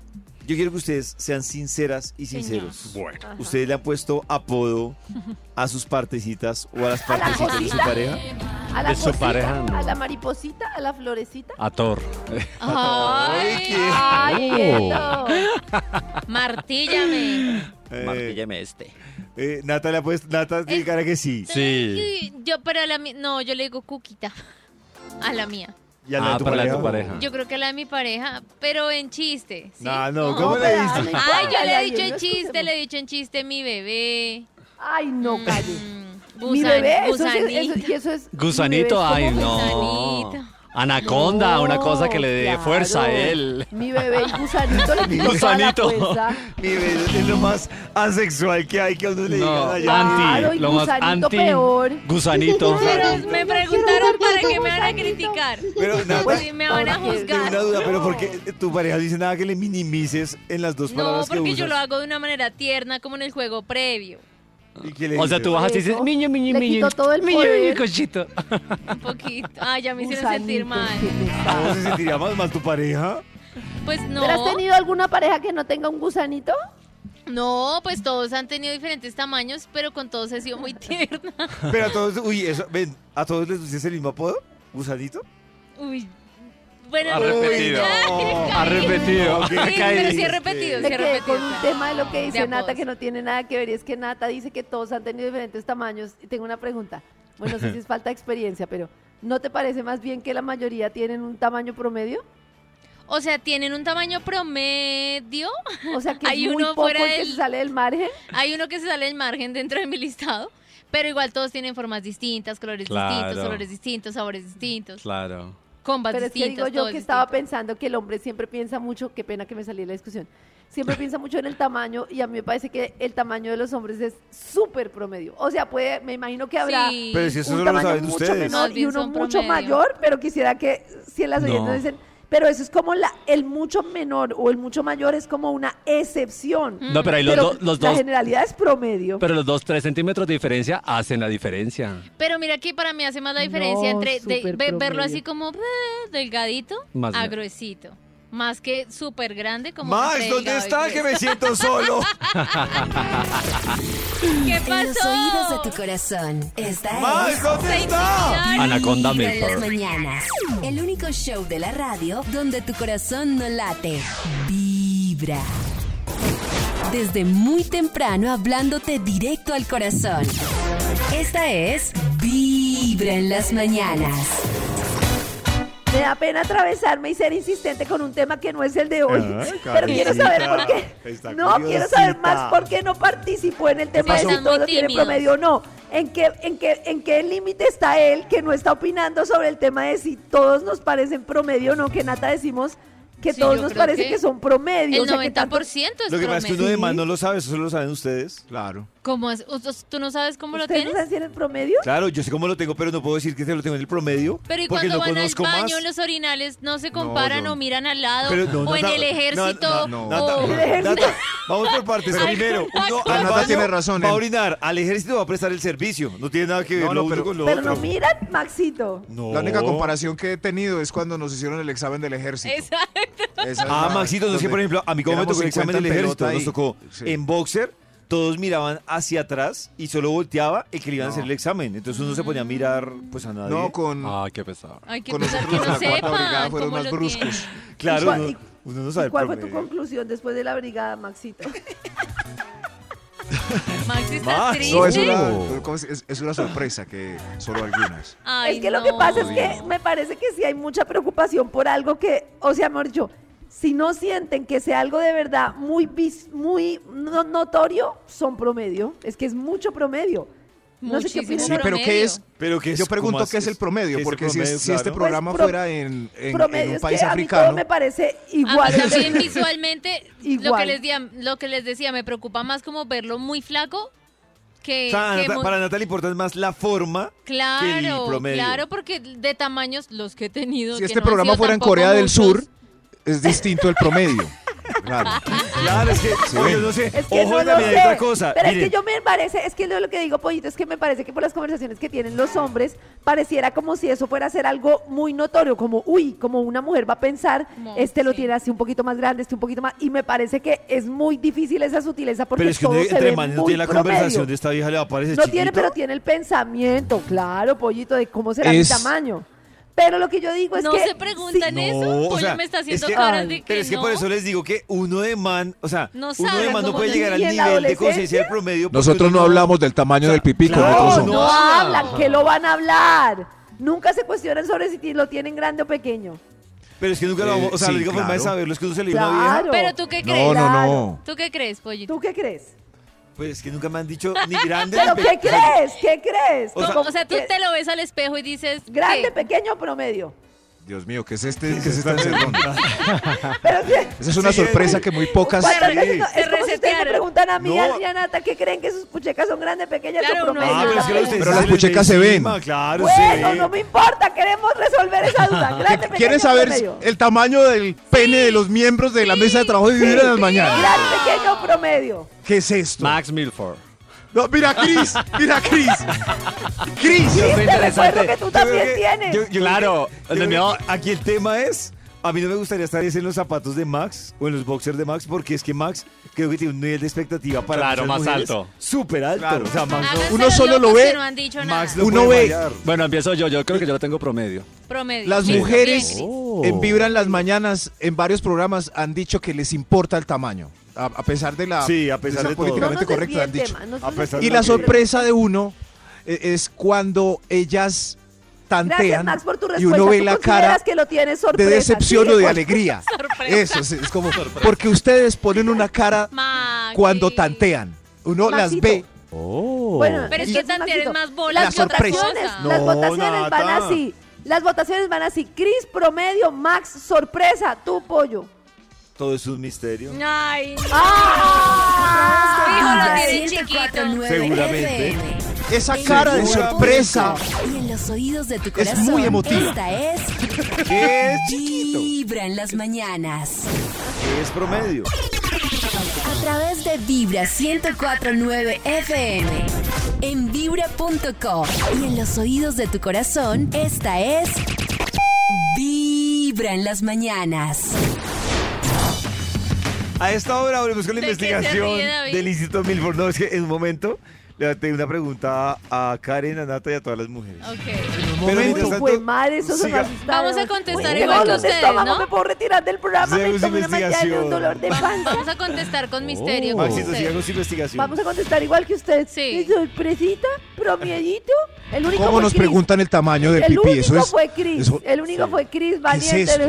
Speaker 2: yo quiero que ustedes sean sinceras y sinceros. Bueno. ¿Ustedes le han puesto apodo a sus partecitas o a las
Speaker 5: ¿A la
Speaker 2: partecitas de su
Speaker 5: cosita?
Speaker 2: pareja?
Speaker 5: ¿A la
Speaker 3: De su
Speaker 5: cosita?
Speaker 3: pareja, no.
Speaker 5: ¿A la mariposita? ¿A la florecita?
Speaker 3: A Thor.
Speaker 4: Ay,
Speaker 5: ¡Ay, eso!
Speaker 6: Oh.
Speaker 4: martíllame.
Speaker 2: Eh,
Speaker 3: este.
Speaker 2: eh, Nata le ha puesto, Nata tiene cara que sí.
Speaker 3: Sí.
Speaker 4: Yo para la mía, no, yo le digo cuquita a la mía.
Speaker 2: Y a la
Speaker 3: Ah,
Speaker 2: de tu
Speaker 3: para la de
Speaker 2: pareja.
Speaker 3: tu pareja.
Speaker 4: Yo creo que la de mi pareja, pero en chiste. ¿sí?
Speaker 2: No, no,
Speaker 4: No,
Speaker 2: ¿cómo le
Speaker 5: pero-
Speaker 2: dices?
Speaker 4: Ay, yo le he
Speaker 5: Ay,
Speaker 4: dicho
Speaker 5: ay,
Speaker 4: en
Speaker 5: no
Speaker 4: chiste,
Speaker 5: escuchemos.
Speaker 4: le he dicho en chiste mi bebé.
Speaker 5: Ay, no, calle.
Speaker 4: Mm,
Speaker 5: Mi
Speaker 4: gusan-
Speaker 5: bebé, eso, es-
Speaker 4: gusanito.
Speaker 5: eso, y eso es... mi
Speaker 3: Gusanito,
Speaker 5: bebé
Speaker 3: ay,
Speaker 5: es como
Speaker 3: no.
Speaker 4: gusanito.
Speaker 3: Anaconda, una cosa que le dé
Speaker 5: claro.
Speaker 3: fuerza a él.
Speaker 5: Mi bebé y gusanito le tiene toda la
Speaker 3: Gusanito.
Speaker 5: fuerza.
Speaker 2: Mi bebé es lo más asexual que hay que a uno le digan
Speaker 3: No,
Speaker 2: allá.
Speaker 5: Claro,
Speaker 3: anti.
Speaker 5: y
Speaker 3: Lo más
Speaker 5: gusanito
Speaker 3: anti.
Speaker 5: peor.
Speaker 3: Gusanito.
Speaker 4: Pero me preguntaron para qué me van a criticar.
Speaker 2: Pero Nata,
Speaker 4: Sí, me van a
Speaker 5: ahora que-
Speaker 2: tengo
Speaker 4: juzgar.
Speaker 2: una duda, pero ¿por qué tu pareja dice nada que le minimices en pues, las dos
Speaker 4: No,
Speaker 2: palabras que
Speaker 4: porque yo
Speaker 2: usas?
Speaker 4: lo hago de una manera tierna, como en el juego previo.
Speaker 2: ¿Y qué le
Speaker 3: O sea,
Speaker 2: dices?
Speaker 3: tú bajas y dices,
Speaker 5: Eso.
Speaker 3: miño, miño,
Speaker 5: Le
Speaker 3: miño.
Speaker 5: quito todo el
Speaker 3: miño,
Speaker 5: poder.
Speaker 3: miño, cochito.
Speaker 4: Un poquito. Ay, ya me hicieron
Speaker 5: Gusanito,
Speaker 4: sentir mal.
Speaker 5: que me sabe.
Speaker 2: ¿Cómo se sentiría más mal tu pareja?
Speaker 4: Pues no.
Speaker 5: ¿Pero has tenido alguna pareja que no tenga un gusanito?
Speaker 4: No, pues todos han tenido diferentes tamaños, pero con todos he sido muy tierna.
Speaker 2: Pero a todos, uy, eso, ven, ¿a todos les dices el mismo apodo? ¿Gusanito?
Speaker 4: Uy. Bueno,
Speaker 3: Ha
Speaker 4: no. pues,
Speaker 3: repetido.
Speaker 4: Ay,
Speaker 3: Ha
Speaker 4: caí.
Speaker 3: repetido.
Speaker 4: Sí, pero sí he repetido,
Speaker 5: Me
Speaker 4: sí he
Speaker 5: quedé
Speaker 4: repetido.
Speaker 5: con un tema de lo que dice
Speaker 4: De
Speaker 5: Nata
Speaker 4: apodos.
Speaker 5: que no tiene nada que ver y es que Nata dice que todos han tenido diferentes tamaños. Y tengo una pregunta. Bueno, no sé si es falta de experiencia, pero ¿no te parece más bien que la mayoría tienen un tamaño promedio?
Speaker 4: O sea, tienen un tamaño promedio.
Speaker 5: O sea, que
Speaker 4: Hay
Speaker 5: es muy
Speaker 4: uno
Speaker 5: poco el
Speaker 4: fuera
Speaker 5: que
Speaker 4: del-
Speaker 5: se sale del margen.
Speaker 4: Hay uno que se sale del margen dentro de mi listado, pero igual todos tienen formas distintas, colores distintos,
Speaker 3: Claro.
Speaker 4: olores distintos, sabores distintos,
Speaker 3: Claro.
Speaker 4: combas
Speaker 5: Pero es que
Speaker 4: distintos.
Speaker 5: digo yo
Speaker 4: todo es
Speaker 5: que estaba
Speaker 4: distinto.
Speaker 5: pensando que el hombre siempre piensa mucho, qué pena que me salí de la discusión, siempre piensa mucho en el tamaño y a mí me parece que el tamaño de los hombres es súper promedio. O sea, puede, me imagino que habrá...
Speaker 4: Sí.
Speaker 2: Pero si eso
Speaker 5: un
Speaker 2: solo lo
Speaker 5: tamaño
Speaker 2: saben
Speaker 5: mucho
Speaker 2: ustedes.
Speaker 5: menor
Speaker 4: Más
Speaker 5: y
Speaker 4: bien
Speaker 5: uno
Speaker 4: son
Speaker 5: mucho
Speaker 4: promedio.
Speaker 5: mayor, pero quisiera que si en las
Speaker 3: No.
Speaker 5: oyentes dicen, pero eso es como la el mucho menor o el mucho mayor es como una excepción.
Speaker 4: Mm.
Speaker 3: No, pero ahí los,
Speaker 5: Pero
Speaker 3: dos- los
Speaker 5: la
Speaker 3: dos.
Speaker 5: generalidad es promedio.
Speaker 3: Pero los dos, tres centímetros de diferencia hacen la diferencia.
Speaker 4: Pero mira que para mí hace más la diferencia
Speaker 5: No,
Speaker 4: entre de-
Speaker 5: súper
Speaker 4: ve- verlo
Speaker 5: promedio.
Speaker 4: así como eh, delgadito
Speaker 3: Más
Speaker 4: a
Speaker 3: bien.
Speaker 4: gruesito. Más que súper grande como...
Speaker 2: Max,
Speaker 4: entre
Speaker 2: ¿dónde
Speaker 4: delgado y
Speaker 2: está? Que
Speaker 4: grueso.
Speaker 2: me siento solo.
Speaker 4: ¿Qué
Speaker 7: En los
Speaker 4: pasó?
Speaker 7: oídos de tu corazón, esta es
Speaker 2: Max, ¿dónde está?
Speaker 3: Anaconda
Speaker 7: Vibra en las
Speaker 3: Milford.
Speaker 7: mañanas. El único show de la radio donde tu corazón no late. Vibra. Desde muy temprano hablándote directo al corazón. Esta es Vibra en las mañanas.
Speaker 5: Me da pena atravesarme y ser insistente con un tema que no es el de hoy.
Speaker 2: Ah,
Speaker 5: pero quiero saber por qué.
Speaker 2: Está
Speaker 5: No, quiero saber
Speaker 2: curiosita.
Speaker 5: más por qué no participó en el tema de
Speaker 4: pasó?
Speaker 5: si
Speaker 4: Están muy
Speaker 5: todo tiene
Speaker 4: tímidos.
Speaker 5: promedio o no. ¿En qué, en, qué, ¿En qué límite está él que no está opinando sobre el tema de si todos nos parecen promedio o no? Que Nata decimos, que
Speaker 4: Sí,
Speaker 5: todos
Speaker 4: yo
Speaker 5: nos
Speaker 4: creo
Speaker 5: parece que,
Speaker 4: que
Speaker 5: son promedio.
Speaker 4: El
Speaker 5: o sea, que
Speaker 4: 90%
Speaker 5: tanto-
Speaker 4: es
Speaker 2: Lo que pasa es que uno de
Speaker 4: promedio.
Speaker 2: más no lo sabe, eso solo lo saben ustedes.
Speaker 6: Claro.
Speaker 4: ¿Cómo es? ¿Ustedes- ¿Tú no sabes cómo lo
Speaker 5: ¿Ustedes no
Speaker 4: tienes?
Speaker 5: saben si era el promedio?
Speaker 2: Claro, yo sé cómo lo tengo, pero no puedo decir que se lo tengo en el promedio.
Speaker 4: Pero ¿y
Speaker 2: porque
Speaker 4: cuando
Speaker 2: no
Speaker 4: van al
Speaker 2: conozco
Speaker 4: baño,
Speaker 2: más.
Speaker 4: los orinales no se comparan
Speaker 6: yo-
Speaker 4: o miran al lado
Speaker 2: Pero no,
Speaker 4: o en
Speaker 2: Nata,
Speaker 4: el ejército
Speaker 2: no, no, Nata,
Speaker 4: o...
Speaker 2: Nata, vamos por partes.
Speaker 4: Pero-
Speaker 2: Primero, uno
Speaker 4: Ay,
Speaker 2: al
Speaker 6: Nata
Speaker 2: baño
Speaker 6: tiene razón,
Speaker 2: Va a
Speaker 6: él.
Speaker 2: orinar, al ejército va a prestar el servicio. No tiene nada que ver
Speaker 6: No,
Speaker 2: lo
Speaker 6: no,
Speaker 2: uno
Speaker 6: pero-
Speaker 2: con lo
Speaker 5: Pero
Speaker 2: otro.
Speaker 5: no miran, Maxito.
Speaker 2: No.
Speaker 6: La única comparación que he tenido es cuando nos hicieron el examen del ejército.
Speaker 4: Exacto.
Speaker 6: Esa es
Speaker 2: Ah,
Speaker 6: la-
Speaker 2: Maxito, no es que, por
Speaker 6: donde
Speaker 2: ejemplo, a mí como me
Speaker 6: éramos
Speaker 2: tocó el examen
Speaker 6: 50
Speaker 2: del
Speaker 6: en
Speaker 2: ejército,
Speaker 6: pelota
Speaker 2: nos
Speaker 6: y-
Speaker 2: tocó
Speaker 6: sí.
Speaker 2: en boxer, todos miraban hacia atrás y solo volteaba el que le iban a hacer el examen. Entonces uno se ponía a mirar, pues, a nadie.
Speaker 6: No, con,
Speaker 3: Ah, qué pesado.
Speaker 4: Ay, qué
Speaker 6: con
Speaker 4: pesar
Speaker 6: nosotros
Speaker 4: que
Speaker 6: los de
Speaker 4: no
Speaker 6: la cuarta
Speaker 4: sepan
Speaker 6: brigada fueron
Speaker 4: cómo
Speaker 6: más
Speaker 4: lo
Speaker 6: bruscos.
Speaker 4: tienen.
Speaker 5: ¿Y
Speaker 2: Claro,
Speaker 5: cuál-
Speaker 2: uno,
Speaker 5: y-
Speaker 2: uno no
Speaker 5: ¿Y
Speaker 2: sabe el
Speaker 5: ¿Cuál fue tu
Speaker 2: promedio.
Speaker 5: conclusión después de la brigada, Maxito?
Speaker 4: Max, ¿estás
Speaker 2: Max,
Speaker 4: triste?
Speaker 6: No, es una,
Speaker 3: Oh.
Speaker 6: ¿cómo es? Es- es una sorpresa que solo algunas.
Speaker 4: Ay,
Speaker 5: es que lo
Speaker 4: no.
Speaker 5: que pasa es que me parece que sí hay mucha preocupación por algo que, o sea, mejor dicho, si no sienten que sea algo de verdad muy, vis- muy no- notorio, son promedio. Es que es mucho promedio. No sé qué
Speaker 4: Muchísimo
Speaker 5: opinan
Speaker 6: Sí, pero ¿qué es?
Speaker 2: Pero que es-
Speaker 6: Yo pregunto
Speaker 2: ¿cómo
Speaker 6: qué es el
Speaker 2: haces?
Speaker 6: promedio,
Speaker 2: ¿Qué es el
Speaker 6: porque si es-
Speaker 2: promedio?
Speaker 6: si, este
Speaker 2: Claro.
Speaker 6: programa
Speaker 5: Pues, pro-
Speaker 6: fuera en, en-
Speaker 5: promedio.
Speaker 6: en un
Speaker 5: es
Speaker 6: país
Speaker 5: que A mí todo
Speaker 6: africano,
Speaker 5: me parece
Speaker 4: A
Speaker 5: igual.
Speaker 4: mí también visualmente, lo, que
Speaker 5: Igual.
Speaker 4: les decía, lo que les decía, me preocupa más como verlo muy flaco
Speaker 5: Eh,
Speaker 4: que...
Speaker 2: O sea,
Speaker 4: que
Speaker 2: Nata-
Speaker 4: muy-
Speaker 2: para Natalia importa es más la forma que el
Speaker 4: Claro,
Speaker 2: promedio.
Speaker 4: claro, porque de tamaños los que he tenido...
Speaker 6: si
Speaker 4: que
Speaker 6: este
Speaker 4: no han
Speaker 6: programa
Speaker 4: sido
Speaker 6: fuera en
Speaker 4: tampoco
Speaker 6: Corea del
Speaker 4: muchos,
Speaker 6: Sur, es distinto el promedio. Claro.
Speaker 2: Claro, es que, oye, no sé,
Speaker 5: Es que
Speaker 2: ojo,
Speaker 5: no lo
Speaker 2: también hay
Speaker 5: sé.
Speaker 2: otra cosa.
Speaker 5: Pero es
Speaker 2: Miren,
Speaker 5: que yo me parece, es que lo lo que digo, Pollito, es que me parece que por las conversaciones que tienen los hombres, pareciera como si eso fuera a ser algo muy notorio, como, uy, como una mujer va a pensar,
Speaker 4: Como,
Speaker 5: este lo
Speaker 4: sí.
Speaker 5: tiene así un poquito más grande, este un poquito más, y me parece que es muy difícil esa sutileza porque
Speaker 2: pero es que uno
Speaker 5: todo se
Speaker 2: entre
Speaker 5: ve
Speaker 2: manes no
Speaker 5: muy
Speaker 2: tiene la
Speaker 5: promedio.
Speaker 2: conversación de esta vieja, le va a parecer
Speaker 5: No
Speaker 2: chiquito.
Speaker 5: tiene, pero tiene el pensamiento, claro, Pollito, de cómo será mi
Speaker 6: Es-
Speaker 5: tamaño. Pero lo que yo digo es
Speaker 4: no
Speaker 5: que...
Speaker 4: se preguntan
Speaker 2: No,
Speaker 4: eso.
Speaker 2: o
Speaker 4: Pollo
Speaker 2: sea,
Speaker 4: me está
Speaker 2: es
Speaker 4: haciendo
Speaker 2: que-
Speaker 4: caras de
Speaker 5: Ay,
Speaker 4: que
Speaker 2: Pero es que
Speaker 4: no.
Speaker 2: por eso les digo que uno de man, o sea,
Speaker 4: No
Speaker 2: uno de
Speaker 4: sabe
Speaker 2: man no
Speaker 4: cómo
Speaker 2: puede
Speaker 4: es.
Speaker 2: llegar al
Speaker 5: ¿Y en la
Speaker 2: nivel de
Speaker 5: adolescencia?
Speaker 2: conciencia del promedio. porque
Speaker 6: Nosotros
Speaker 2: uno
Speaker 6: no hablamos del tamaño del pipí con
Speaker 2: claro,
Speaker 5: No,
Speaker 6: otros hombres.
Speaker 5: no
Speaker 2: Ah.
Speaker 5: hablan, que lo van a hablar. Nunca se cuestionan sobre si ti- lo tienen grande o pequeño.
Speaker 2: Pero es que nunca lo
Speaker 6: Eh,
Speaker 2: vamos, o sea,
Speaker 6: sí,
Speaker 2: la única forma de
Speaker 6: claro.
Speaker 2: saberlo es que uno se le dio una vieja.
Speaker 5: Claro.
Speaker 4: Pero tú qué crees?
Speaker 6: No, no,
Speaker 5: Claro.
Speaker 6: no.
Speaker 4: ¿Tú qué crees, Pollito?
Speaker 5: ¿Tú qué crees?
Speaker 2: Pues es que nunca me han dicho ni grande
Speaker 5: ¿Pero
Speaker 2: ni
Speaker 5: qué
Speaker 2: pe- o sea,
Speaker 5: crees? ¿Qué crees?
Speaker 2: O sea-
Speaker 5: Como
Speaker 4: O sea, tú
Speaker 5: que-
Speaker 4: te lo ves al espejo y dices...
Speaker 5: Grande,
Speaker 4: ¿qué?
Speaker 5: pequeño, promedio.
Speaker 6: Dios mío, ¿qué es este? ¿Qué es esta encerrona?
Speaker 5: Pero sí,
Speaker 6: Esa es una
Speaker 2: Sí,
Speaker 6: sorpresa que muy pocas.
Speaker 5: ¿cuántas
Speaker 2: sí.
Speaker 5: veces no-
Speaker 4: Se
Speaker 5: es como si ustedes me
Speaker 4: resetearon.
Speaker 5: preguntan a mí,
Speaker 2: No.
Speaker 5: a Nata, ¿qué creen que sus puchecas son grandes, pequeñas
Speaker 4: Claro,
Speaker 5: o
Speaker 4: uno
Speaker 5: promedio?
Speaker 2: Ah, pero es que a ustedes
Speaker 6: Pero
Speaker 2: se
Speaker 6: las
Speaker 2: les ve
Speaker 6: puchecas se ven.
Speaker 2: encima, Claro, se
Speaker 5: Bueno,
Speaker 2: ve.
Speaker 5: no me importa, queremos resolver esa duda. Grande, pequeño,
Speaker 6: ¿Quieres saber
Speaker 5: promedio.
Speaker 6: el tamaño del pene de los miembros de la mesa de trabajo de vivir en las mañanas?
Speaker 5: Grande, pequeño, promedio.
Speaker 6: ¿Qué es esto?
Speaker 3: Max Milford.
Speaker 6: No, mira, Cris, mira, Cris. Cris.
Speaker 5: Viste, recuerdo
Speaker 3: interesante.
Speaker 5: que tú
Speaker 2: Yo creo
Speaker 5: también
Speaker 2: que-
Speaker 5: tienes.
Speaker 2: yo- yo creo
Speaker 3: Claro,
Speaker 2: que- yo
Speaker 3: el
Speaker 2: creo
Speaker 3: mío-
Speaker 2: que aquí el tema es, a mí no me gustaría estar es en los zapatos de Max o en los boxers de Max porque es que Max creo que tiene un nivel de expectativa para
Speaker 3: Claro, más
Speaker 2: muchas mujeres
Speaker 3: alto.
Speaker 2: Súper alto.
Speaker 6: Claro.
Speaker 2: O sea, Max no-
Speaker 4: Háganse
Speaker 6: uno
Speaker 4: los
Speaker 6: solo lo
Speaker 4: locos
Speaker 6: ve,
Speaker 4: que no han dicho
Speaker 2: Max
Speaker 4: nada.
Speaker 2: no
Speaker 6: Uno
Speaker 2: puede
Speaker 6: ve-
Speaker 2: fallar.
Speaker 3: Bueno, empiezo yo. Yo creo que yo lo tengo promedio.
Speaker 4: Promedio.
Speaker 6: Las
Speaker 4: Bien, bien,
Speaker 6: mujeres
Speaker 4: Cris.
Speaker 2: Oh.
Speaker 6: en Vibra en las mañanas, en varios programas, han dicho que les importa el tamaño. A, a pesar de la.
Speaker 2: Sí, a pesar
Speaker 6: ser
Speaker 2: de todo.
Speaker 6: políticamente
Speaker 5: No nos
Speaker 6: correcto,
Speaker 5: desvíe
Speaker 6: han
Speaker 5: el
Speaker 6: dicho.
Speaker 5: tema, no nos
Speaker 2: A pesar
Speaker 5: desvíe
Speaker 6: Y
Speaker 5: el
Speaker 6: la
Speaker 5: tema.
Speaker 6: sorpresa de uno e- es cuando ellas
Speaker 5: Gracias,
Speaker 6: tantean
Speaker 5: Max, por tu
Speaker 6: y
Speaker 5: respuesta.
Speaker 6: uno ve
Speaker 5: Tú
Speaker 6: la
Speaker 5: consideras
Speaker 6: cara
Speaker 5: que lo tienes
Speaker 6: de
Speaker 5: sorpresa,
Speaker 6: decepción
Speaker 5: ¿sí?
Speaker 6: o de alegría. Eso, es, es como. Porque ustedes ponen una cara
Speaker 4: Maxi.
Speaker 6: cuando tantean. Uno las
Speaker 5: Maxito,
Speaker 6: ve.
Speaker 5: Bueno,
Speaker 4: Pero es
Speaker 5: entonces,
Speaker 4: que tantear es
Speaker 5: Maxito,
Speaker 4: más bolas
Speaker 5: las
Speaker 6: que otra
Speaker 5: votaciones,
Speaker 4: cosa.
Speaker 5: Las
Speaker 2: No,
Speaker 5: votaciones
Speaker 2: nada.
Speaker 5: van así. Las votaciones van así. Cris promedio, Max sorpresa, tú pollo.
Speaker 2: Todo es un misterio.
Speaker 4: Ay, no.
Speaker 5: ¡Ah!
Speaker 4: Fijo, lo tienen chiquito.
Speaker 2: Seguramente.
Speaker 6: Esa cara de
Speaker 2: Segura-
Speaker 6: sorpresa.
Speaker 7: Y en los oídos de tu corazón.
Speaker 6: muy emotiva.
Speaker 7: Esta es
Speaker 2: ¿Qué es chiquito?
Speaker 7: Vibra en las mañanas.
Speaker 2: ¿Qué es promedio?
Speaker 7: A través de Vibra 104.9 FM. En vibra.com. Y en los oídos de tu corazón, esta es Vibra en las mañanas.
Speaker 2: A esta hora volvemos con la
Speaker 4: ¿De qué se
Speaker 2: investigación
Speaker 4: ríe, David?
Speaker 2: del Instituto Milford. No, es que en un momento le voy a pedir una pregunta a Karen, a Nata y a todas las mujeres.
Speaker 4: Ok.
Speaker 2: Pero
Speaker 5: Uy,
Speaker 2: mientras tanto,
Speaker 5: fue mal, eso se me
Speaker 2: siga.
Speaker 5: asustaron.
Speaker 4: Vamos a contestar
Speaker 5: Uy,
Speaker 4: igual
Speaker 5: tengo
Speaker 4: que
Speaker 5: dolor de
Speaker 4: ustedes,
Speaker 5: estómago,
Speaker 4: ¿no?
Speaker 5: me puedo retirar del programa.
Speaker 2: Hacemos
Speaker 5: Tengo una mañana y un dolor de panza.
Speaker 4: Vamos a contestar con
Speaker 6: Oh.
Speaker 4: misterio. con
Speaker 2: Maxito,
Speaker 4: ustedes.
Speaker 2: siga con su investigación.
Speaker 5: Vamos a contestar igual que ustedes.
Speaker 4: Sí.
Speaker 5: ¿Y sorpresita? ¿Promedito? El único
Speaker 6: ¿Cómo
Speaker 5: fue
Speaker 6: nos
Speaker 5: Chris.
Speaker 6: preguntan el tamaño del
Speaker 5: el
Speaker 6: pipí?
Speaker 5: único
Speaker 6: Eso es.
Speaker 5: fue Chris.
Speaker 6: eso-
Speaker 5: el único fue Chris, valiente.
Speaker 6: esto?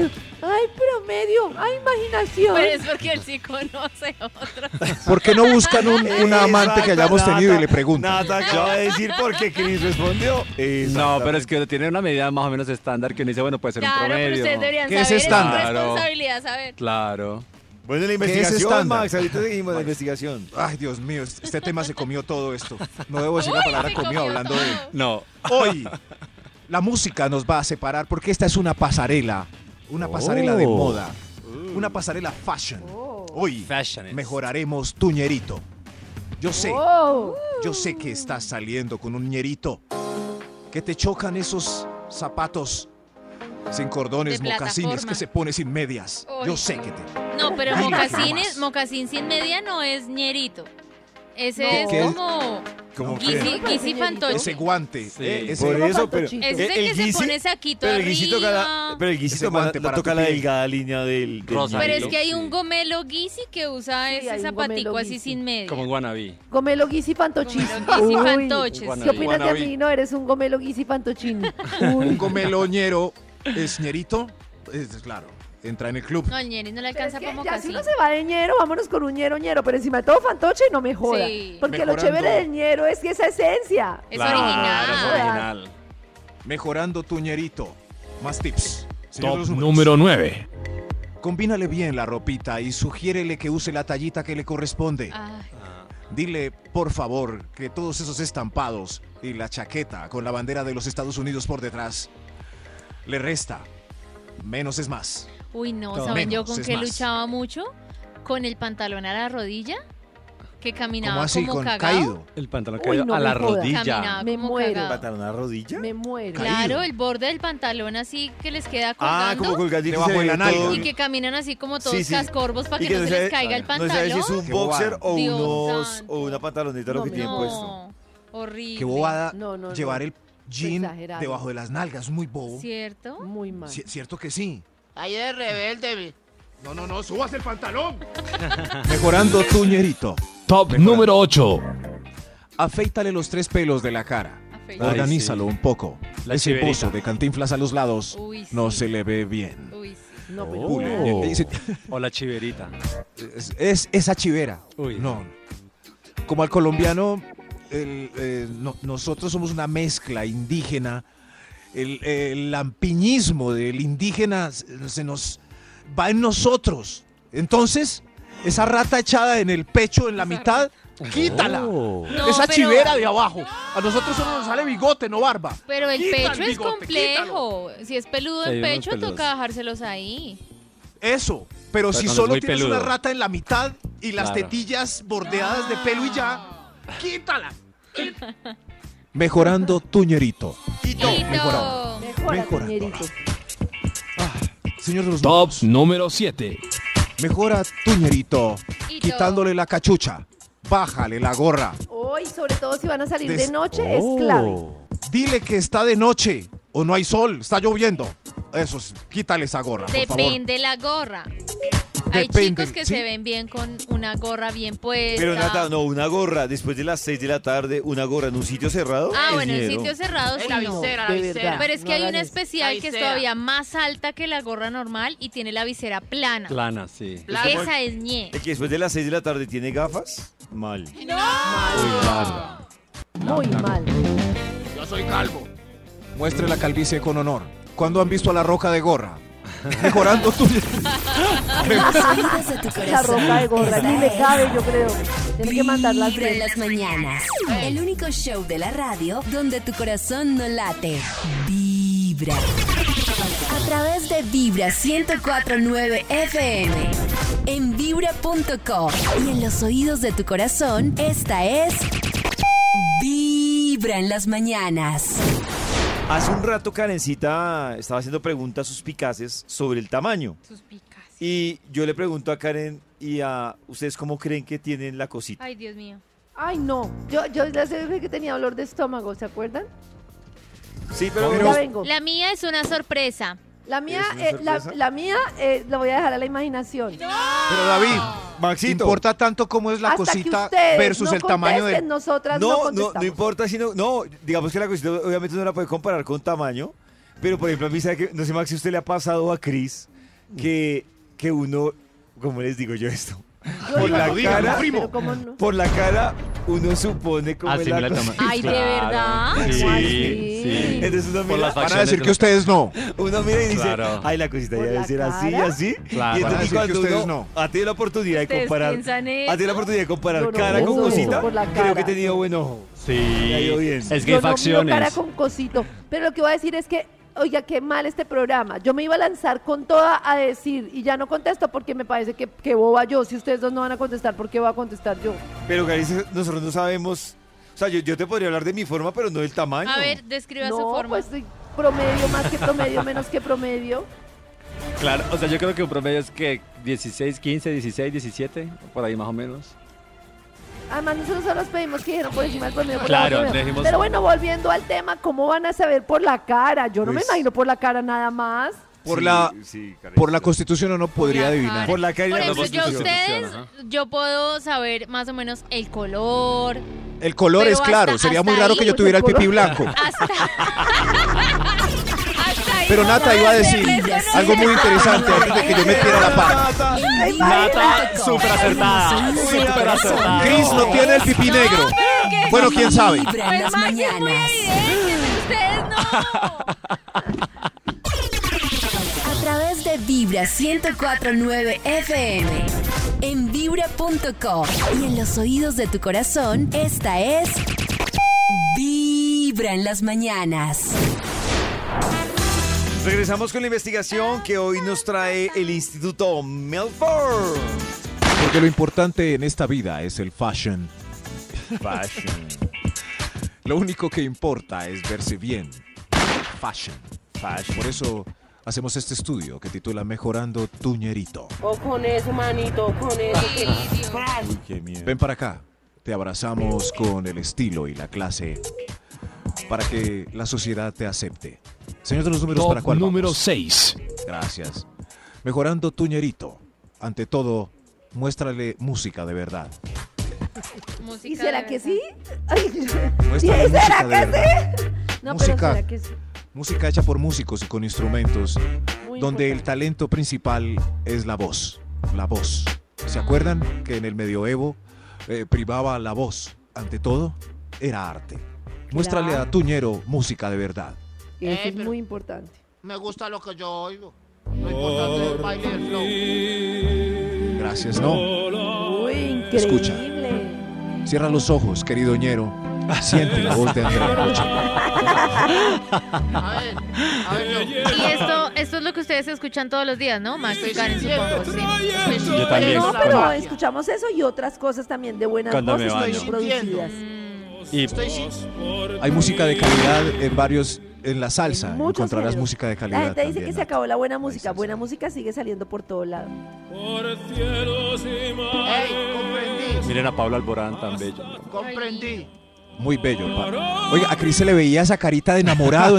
Speaker 5: Ay, promedio. Ay, imaginación.
Speaker 10: Pues es porque él sí conoce otro.
Speaker 6: ¿Por qué no buscan un, una amante que hayamos tenido y le preguntan?
Speaker 2: Nada, acaba de decir porque Chris respondió.
Speaker 3: No, pero es que tiene una medida más o menos estándar que uno dice, bueno, puede ser un
Speaker 10: Claro, pero
Speaker 3: promedio.
Speaker 10: ustedes deberían
Speaker 6: ¿Qué es
Speaker 10: saber. Es su
Speaker 6: estándar?
Speaker 10: responsabilidad saber.
Speaker 3: Claro.
Speaker 2: Bueno, la
Speaker 6: ¿Qué es
Speaker 2: investigación,
Speaker 6: estándar?
Speaker 2: Max. Ahorita seguimos la investigación.
Speaker 6: Ay, Dios mío, este tema se comió todo esto. No debo decir la palabra
Speaker 10: se
Speaker 6: comió
Speaker 10: comió
Speaker 6: hablando
Speaker 10: todo.
Speaker 6: de.
Speaker 3: No.
Speaker 6: Hoy la música nos va a separar porque esta es una pasarela, una pasarela de
Speaker 3: Oh.
Speaker 6: moda, una pasarela fashion.
Speaker 10: Oh.
Speaker 6: Hoy
Speaker 3: Fashion.
Speaker 6: mejoraremos tu ñerito. Yo sé,
Speaker 5: Wow.
Speaker 6: yo sé que estás saliendo con un ñerito, que te chocan esos zapatos sin cordones,
Speaker 10: De
Speaker 6: mocasines,
Speaker 10: plataforma.
Speaker 6: que se pone sin medias.
Speaker 10: Uy.
Speaker 6: Yo sé que te...
Speaker 4: No, pero
Speaker 6: Ay,
Speaker 4: mocasines,
Speaker 6: jamás.
Speaker 4: mocasín sin media no es ñerito. Ese
Speaker 6: No.
Speaker 4: es
Speaker 6: ¿Qué es?
Speaker 4: como
Speaker 6: Como que
Speaker 4: guisi,
Speaker 5: Pues,
Speaker 4: guisi
Speaker 6: ese
Speaker 4: fantoche.
Speaker 6: guante, eh,
Speaker 3: Sí.
Speaker 6: ese-
Speaker 2: Por
Speaker 5: Como
Speaker 2: eso, pero.
Speaker 5: pantochito.
Speaker 4: Ese es el, que se pone saquito
Speaker 2: Pero el
Speaker 4: arriba.
Speaker 2: guisito gana- pero el guisito
Speaker 6: Ese
Speaker 2: gana-
Speaker 6: guante
Speaker 2: la
Speaker 6: para
Speaker 2: toca
Speaker 6: tu
Speaker 2: la
Speaker 6: piel.
Speaker 2: delgada línea del. del
Speaker 3: Rosa,
Speaker 4: Pero
Speaker 2: ñerito.
Speaker 4: es que hay un
Speaker 3: Sí.
Speaker 4: gomelo guisi que usa
Speaker 5: Sí, hay
Speaker 4: ese
Speaker 5: un
Speaker 4: zapatico
Speaker 5: gomelo
Speaker 4: así
Speaker 5: guisi.
Speaker 4: sin media.
Speaker 3: Como un wannabe.
Speaker 5: Gomelo guisi pantochín.
Speaker 4: Guisi
Speaker 5: Uy.
Speaker 4: fantoches.
Speaker 3: Guana-
Speaker 5: ¿Qué opinas de
Speaker 3: Guanabí.
Speaker 5: mí? No, eres un gomelo guisi pantochín.
Speaker 6: un gomeloñero es ñerito, es claro, entra en el club.
Speaker 4: No, el ñeri no le
Speaker 5: Pero es
Speaker 4: alcanza
Speaker 5: que
Speaker 4: para
Speaker 5: ya si
Speaker 4: mocasín.
Speaker 5: uno se va de ñero, vámonos con un ñero ñero, pero encima de todo fantoche no me joda.
Speaker 4: Sí.
Speaker 5: Porque
Speaker 6: Mejorando.
Speaker 5: lo chévere del ñero es que esa esencia.
Speaker 4: Es
Speaker 3: Claro,
Speaker 4: original.
Speaker 3: es original.
Speaker 6: Mejorando tu ñerito. Más tips. Señor de
Speaker 8: Top
Speaker 6: los
Speaker 8: número
Speaker 6: números.
Speaker 8: 9.
Speaker 6: Combínale bien la ropita y sugiérele que use la tallita que le corresponde.
Speaker 4: Ay,
Speaker 6: Dile, por favor, que todos esos estampados y la chaqueta con la bandera de los Estados Unidos por detrás le resta. Menos es más.
Speaker 4: uy, no,
Speaker 6: Todo.
Speaker 4: ¿saben yo
Speaker 6: Menos
Speaker 4: con
Speaker 6: es
Speaker 4: qué
Speaker 6: más.
Speaker 4: luchaba mucho? Con el pantalón a la rodilla, que
Speaker 6: Como
Speaker 4: caminaba
Speaker 6: así,
Speaker 4: como
Speaker 6: con
Speaker 4: cagado.
Speaker 6: caído.
Speaker 3: El pantalón
Speaker 5: Uy,
Speaker 3: caído
Speaker 5: no
Speaker 3: a
Speaker 5: me
Speaker 3: la
Speaker 5: jodas.
Speaker 3: rodilla.
Speaker 4: Caminaba
Speaker 5: Me
Speaker 4: como
Speaker 5: muero.
Speaker 4: cagado.
Speaker 2: ¿Pantalón a la rodilla?
Speaker 5: Me muero.
Speaker 4: Claro, el borde del pantalón así que les queda
Speaker 2: Ah,
Speaker 4: colgando
Speaker 2: como colgadito
Speaker 6: Debajo
Speaker 2: se
Speaker 6: de la
Speaker 2: ve
Speaker 6: nalga.
Speaker 2: todo.
Speaker 4: y que caminan así como todos
Speaker 2: Sí, sí.
Speaker 4: cascorbos para
Speaker 2: Y
Speaker 4: que, no se
Speaker 2: sabe-
Speaker 4: les caiga el
Speaker 2: No
Speaker 4: pantalón.
Speaker 2: sabe si es un
Speaker 6: Qué
Speaker 2: boxer o,
Speaker 4: Dios
Speaker 2: unos,
Speaker 4: santo.
Speaker 2: o una pantaloneta lo
Speaker 5: No
Speaker 2: que
Speaker 5: me-
Speaker 2: tienen
Speaker 4: no,
Speaker 2: puesto.
Speaker 4: horrible.
Speaker 6: Qué bobada
Speaker 5: No, no, no.
Speaker 6: llevar el jean
Speaker 5: Exagerado.
Speaker 6: debajo de las nalgas. Muy bobo.
Speaker 4: ¿Cierto?
Speaker 5: Muy mal.
Speaker 6: Ci- ¿Cierto que sí?
Speaker 9: Ahí eres rebelde. mi- No, no, no, subas el pantalón.
Speaker 6: Mejorando tu ñerito.
Speaker 8: Top número 8.
Speaker 6: Afeítale los tres pelos de la cara.
Speaker 4: Afeitado.
Speaker 3: Ay,
Speaker 6: Organízalo un poco.
Speaker 3: La
Speaker 6: Ese
Speaker 3: chiverita.
Speaker 6: pozo de cantinflas a los lados
Speaker 4: Uy, sí.
Speaker 6: no se le ve bien.
Speaker 4: Uy, sí.
Speaker 5: No, pero-
Speaker 3: Oh.
Speaker 6: Dice-
Speaker 3: O la chiverita.
Speaker 6: Es, es esa chivera.
Speaker 3: Uy.
Speaker 6: No. Como al colombiano, el, eh, no- nosotros somos una mezcla indígena. El, el lampiñismo del indígena se se nos va en nosotros. Entonces, esa rata echada en el pecho, en la mitad, quítala.
Speaker 3: Oh.
Speaker 4: No,
Speaker 6: esa
Speaker 4: pero-
Speaker 6: chivera de abajo. A nosotros solo nos sale bigote, no barba.
Speaker 4: Pero el
Speaker 6: Quita el
Speaker 4: pecho es
Speaker 6: bigote,
Speaker 4: complejo. Si es peludo
Speaker 3: Sí,
Speaker 4: el
Speaker 3: unos
Speaker 4: pecho,
Speaker 3: peludos.
Speaker 4: toca bajárselos ahí.
Speaker 6: Eso. Pero si
Speaker 3: cuando es
Speaker 6: solo
Speaker 3: muy
Speaker 6: tienes
Speaker 3: peludo.
Speaker 6: una rata en la mitad y las
Speaker 3: Claro.
Speaker 6: tetillas bordeadas de pelo y ya, quítala. Mejorando tuñerito.
Speaker 4: Quito.
Speaker 5: Mejora,
Speaker 6: Mejora.
Speaker 5: ñerito.
Speaker 6: Ah, Señor de los
Speaker 8: Top
Speaker 6: números,
Speaker 8: número 7.
Speaker 6: mejora tuñerito
Speaker 4: Y todo.
Speaker 6: quitándole la cachucha. Bájale la gorra.
Speaker 5: Hoy, sobre todo si van a salir
Speaker 6: Des- Oh.
Speaker 5: de noche, es clave.
Speaker 6: Dile que está de noche o no hay sol, está lloviendo. Eso, sí, quítale esa gorra, por favor.
Speaker 4: Depende la gorra. Hay
Speaker 6: Depende,
Speaker 4: chicos que
Speaker 6: ¿sí?
Speaker 4: se ven bien con una gorra bien puesta.
Speaker 2: Pero Nata, no, una gorra después de las 6 de la tarde, una gorra en un sitio cerrado.
Speaker 4: Ah,
Speaker 2: es
Speaker 4: bueno, en
Speaker 2: ñero.
Speaker 4: sitios cerrados
Speaker 9: Eh,
Speaker 4: sí,
Speaker 9: la
Speaker 4: no.
Speaker 9: visera, la
Speaker 5: de
Speaker 9: visera.
Speaker 5: verdad.
Speaker 4: Pero es
Speaker 5: No
Speaker 4: que hay
Speaker 5: hagan
Speaker 4: una
Speaker 5: eso.
Speaker 4: especial
Speaker 9: La
Speaker 4: que es
Speaker 9: visera.
Speaker 4: todavía más alta que la gorra normal y tiene la visera plana.
Speaker 3: Plana, sí.
Speaker 9: Plana.
Speaker 4: Esa es ñe.
Speaker 2: El que después de las 6 de la tarde tiene gafas, mal.
Speaker 5: Muy mal.
Speaker 9: Yo soy calvo.
Speaker 6: Muestre la calvicie con honor. ¿Cuándo han visto a la roca de gorra? Mejorando tuñerito.
Speaker 7: Los oídos de tu
Speaker 5: La
Speaker 7: corazón.
Speaker 5: ropa de gorra
Speaker 7: esta
Speaker 5: ni le
Speaker 7: es
Speaker 5: cabe, yo creo. Tiene que mandarla
Speaker 7: Vibra en las mañanas. El único show de la radio donde tu corazón no late. Vibra. A través de Vibra 104.9 FM. En vibra.com. Y en los oídos de tu corazón, esta es... Vibra en las mañanas.
Speaker 2: Hace un rato Karencita estaba haciendo preguntas suspicaces sobre el tamaño.
Speaker 4: Suspicacia.
Speaker 2: Y yo le pregunto a Karen y a ustedes cómo creen que tienen la cosita.
Speaker 4: Ay, Dios mío.
Speaker 5: Ay, no. Yo, yo les dije que tenía dolor de estómago, ¿se acuerdan?
Speaker 2: Sí, pero,
Speaker 5: ya vengo.
Speaker 4: La mía es una sorpresa.
Speaker 5: La mía,
Speaker 2: ¿Es una
Speaker 5: eh, la,
Speaker 2: sorpresa?
Speaker 5: la mía eh, la voy a dejar a la imaginación.
Speaker 6: Pero David, importa tanto cómo es la
Speaker 5: Hasta
Speaker 6: cosita
Speaker 5: que ustedes
Speaker 6: versus
Speaker 5: no
Speaker 6: el tamaño
Speaker 5: contesten,
Speaker 6: del...
Speaker 5: nosotras no,
Speaker 2: No, no,
Speaker 5: contestamos.
Speaker 2: no importa si no, no, digamos que la cosita obviamente no la puede comparar con tamaño, pero por ejemplo a mí sabe que, no sé Max si usted le ha pasado a Cris que, que uno, como les digo yo esto,
Speaker 5: Yo
Speaker 2: por
Speaker 5: digo,
Speaker 2: la
Speaker 5: no,
Speaker 2: cara,
Speaker 5: pero ¿cómo no?
Speaker 2: por la cara uno supone cómo es la
Speaker 3: Asimila el
Speaker 2: cosa.
Speaker 3: tamaño.
Speaker 4: Ay, ¿de verdad?
Speaker 5: ¿Cómo
Speaker 3: Sí,
Speaker 5: así?
Speaker 3: sí.
Speaker 2: Entonces uno
Speaker 3: Por
Speaker 2: mira,
Speaker 3: las
Speaker 6: Van a decir
Speaker 3: facciones
Speaker 6: que
Speaker 3: de-
Speaker 6: ustedes no.
Speaker 2: uno mira y dice,
Speaker 3: Claro.
Speaker 2: ay la cosita ya
Speaker 5: ¿Por
Speaker 2: debe
Speaker 5: la
Speaker 2: ser así,
Speaker 5: cara?
Speaker 2: así.
Speaker 3: Claro.
Speaker 2: Y
Speaker 6: Van a
Speaker 2: entonces
Speaker 6: decir que
Speaker 2: cuando
Speaker 6: ustedes
Speaker 2: uno ha tenido la oportunidad de
Speaker 10: Ustedes
Speaker 2: comparar,
Speaker 10: piensan
Speaker 2: ha tenido la
Speaker 10: eso.
Speaker 2: oportunidad de comparar
Speaker 5: Yo no
Speaker 2: cara con
Speaker 5: pienso eso
Speaker 2: cosita,
Speaker 5: por la
Speaker 2: creo que he
Speaker 5: cara.
Speaker 2: tenido buen ojo.
Speaker 3: Sí.
Speaker 2: Ya yo bien.
Speaker 3: Es que
Speaker 5: Yo
Speaker 3: hay
Speaker 5: no miro cara
Speaker 3: facciones.
Speaker 5: con cosito. Pero lo que voy a decir es que, oiga, qué mal este programa. Yo me iba a lanzar con toda a decir, y ya no contesto porque me parece que, que boba yo. Si ustedes dos no van a contestar, ¿por qué voy a contestar yo?
Speaker 2: Pero Carice, nosotros no sabemos. O sea, yo, yo te podría hablar de mi forma, pero no del tamaño.
Speaker 10: A ver, describa
Speaker 5: no,
Speaker 10: su forma.
Speaker 5: pues sí, promedio más que promedio, menos que promedio.
Speaker 3: Claro, o sea, yo creo que un promedio es que 16, 15, 16, 17, por ahí más o menos.
Speaker 5: Además, nosotros solo nos pedimos que dijeron por encima del promedio. por
Speaker 3: Claro,
Speaker 5: abajo del promedio.
Speaker 3: dijimos-
Speaker 5: Pero bueno, volviendo al tema, ¿cómo van a saber por la cara? Yo no
Speaker 2: Pues-
Speaker 5: me imagino por la cara nada más.
Speaker 6: Por,
Speaker 2: Sí,
Speaker 6: la,
Speaker 2: sí, Carice.
Speaker 6: por la constitución uno podría adivinar.
Speaker 2: Por la cara y
Speaker 10: Por
Speaker 2: la
Speaker 10: ejemplo, yo a
Speaker 2: constitución.
Speaker 10: ustedes,
Speaker 3: Ajá.
Speaker 10: yo puedo saber más o menos el color.
Speaker 6: El color
Speaker 10: Pero
Speaker 6: es claro.
Speaker 10: hasta-
Speaker 6: Sería muy
Speaker 10: hasta
Speaker 6: raro
Speaker 10: ahí,
Speaker 6: que yo
Speaker 5: pues,
Speaker 6: tuviera el
Speaker 5: el
Speaker 6: pipí
Speaker 5: color.
Speaker 6: blanco.
Speaker 10: Hasta, hasta ahí.
Speaker 6: Pero
Speaker 10: no
Speaker 6: Nata
Speaker 10: puedo
Speaker 6: iba a
Speaker 10: hacer
Speaker 6: decir
Speaker 10: resto, no
Speaker 6: algo
Speaker 10: sé.
Speaker 6: muy interesante antes de que yo metiera la pata.
Speaker 7: Nata, súper acertada. Súper acertada.
Speaker 6: Chris no tiene el pipí negro. Bueno, quién sabe.
Speaker 7: Vibra en
Speaker 10: Pues Max es
Speaker 7: las
Speaker 10: muy
Speaker 7: mañanas.
Speaker 10: evidente, ustedes no.
Speaker 7: A través de Vibra 1049 FM. En vibra.com. Y en los oídos de tu corazón, esta es. Vibra en las mañanas.
Speaker 2: Regresamos con la investigación que hoy nos trae el Instituto Melford.
Speaker 6: Porque lo importante en esta vida es el fashion.
Speaker 2: Fashion.
Speaker 6: Lo único que importa es verse bien. Fashion. Fashion. Por eso hacemos este estudio que titula Mejorando tu ñerito.
Speaker 11: O con eso, manito, o con eso. que-
Speaker 6: Ven para acá. Te abrazamos con el estilo y la clase para que la sociedad te acepte. Señor de los números, ¿para
Speaker 8: Top
Speaker 6: cuál vamos?
Speaker 8: número 6.
Speaker 6: Gracias. Mejorando tu ñerito. Ante todo, muéstrale música de verdad.
Speaker 10: Música
Speaker 5: ¿Y
Speaker 10: de
Speaker 5: será que
Speaker 10: verdad.
Speaker 5: sí? ¿Y
Speaker 6: Muéstrale música
Speaker 5: será que
Speaker 6: de verdad.
Speaker 5: sí? No, pero
Speaker 6: Música.
Speaker 5: será que sí.
Speaker 6: Música hecha por músicos y con instrumentos,
Speaker 5: Muy
Speaker 6: donde el
Speaker 5: importante.
Speaker 6: talento principal es la voz. La voz. ¿Se acuerdan que en el medioevo eh, privaba la voz? Ante todo, era arte. Muéstrale
Speaker 5: Claro.
Speaker 6: a Tuñero música de verdad.
Speaker 5: Eso
Speaker 9: Eh,
Speaker 5: es
Speaker 9: pero-
Speaker 5: muy importante.
Speaker 9: Me gusta lo que yo oigo. Lo importante es el baile del flow.
Speaker 6: Gracias, ¿no?
Speaker 5: Uy, increíble.
Speaker 6: Escucha. Cierra los ojos, querido ñero. Siente la voz de Andrea Bocelli.
Speaker 9: A ver, a ver, yo.
Speaker 10: Y esto, esto es lo que ustedes escuchan todos los días, ¿no? Max y Karen, supongo. sí.
Speaker 9: Estoy
Speaker 3: Yo también.
Speaker 5: No,
Speaker 9: sintiendo
Speaker 5: pero
Speaker 9: la magia.
Speaker 5: escuchamos eso y otras cosas también de buenas
Speaker 3: Cuando me
Speaker 5: voces
Speaker 3: baño.
Speaker 5: muy producidas.
Speaker 10: Mm.
Speaker 5: En
Speaker 3: Y
Speaker 9: Estoy sin-
Speaker 6: Hay música de calidad en varios, en la salsa
Speaker 5: muchos
Speaker 6: encontrarás
Speaker 5: géneros.
Speaker 6: música de calidad.
Speaker 5: La gente dice
Speaker 6: también,
Speaker 5: que se
Speaker 6: Nata.
Speaker 5: acabó la buena música.
Speaker 6: salsa.
Speaker 5: Buena música sigue saliendo por todo lado.
Speaker 9: Ey, comprendí,
Speaker 3: miren a Pablo Alborán tan bello.
Speaker 9: comprendí.
Speaker 6: Muy bello, Pablo. Oiga, a Cris se le veía esa carita de enamorado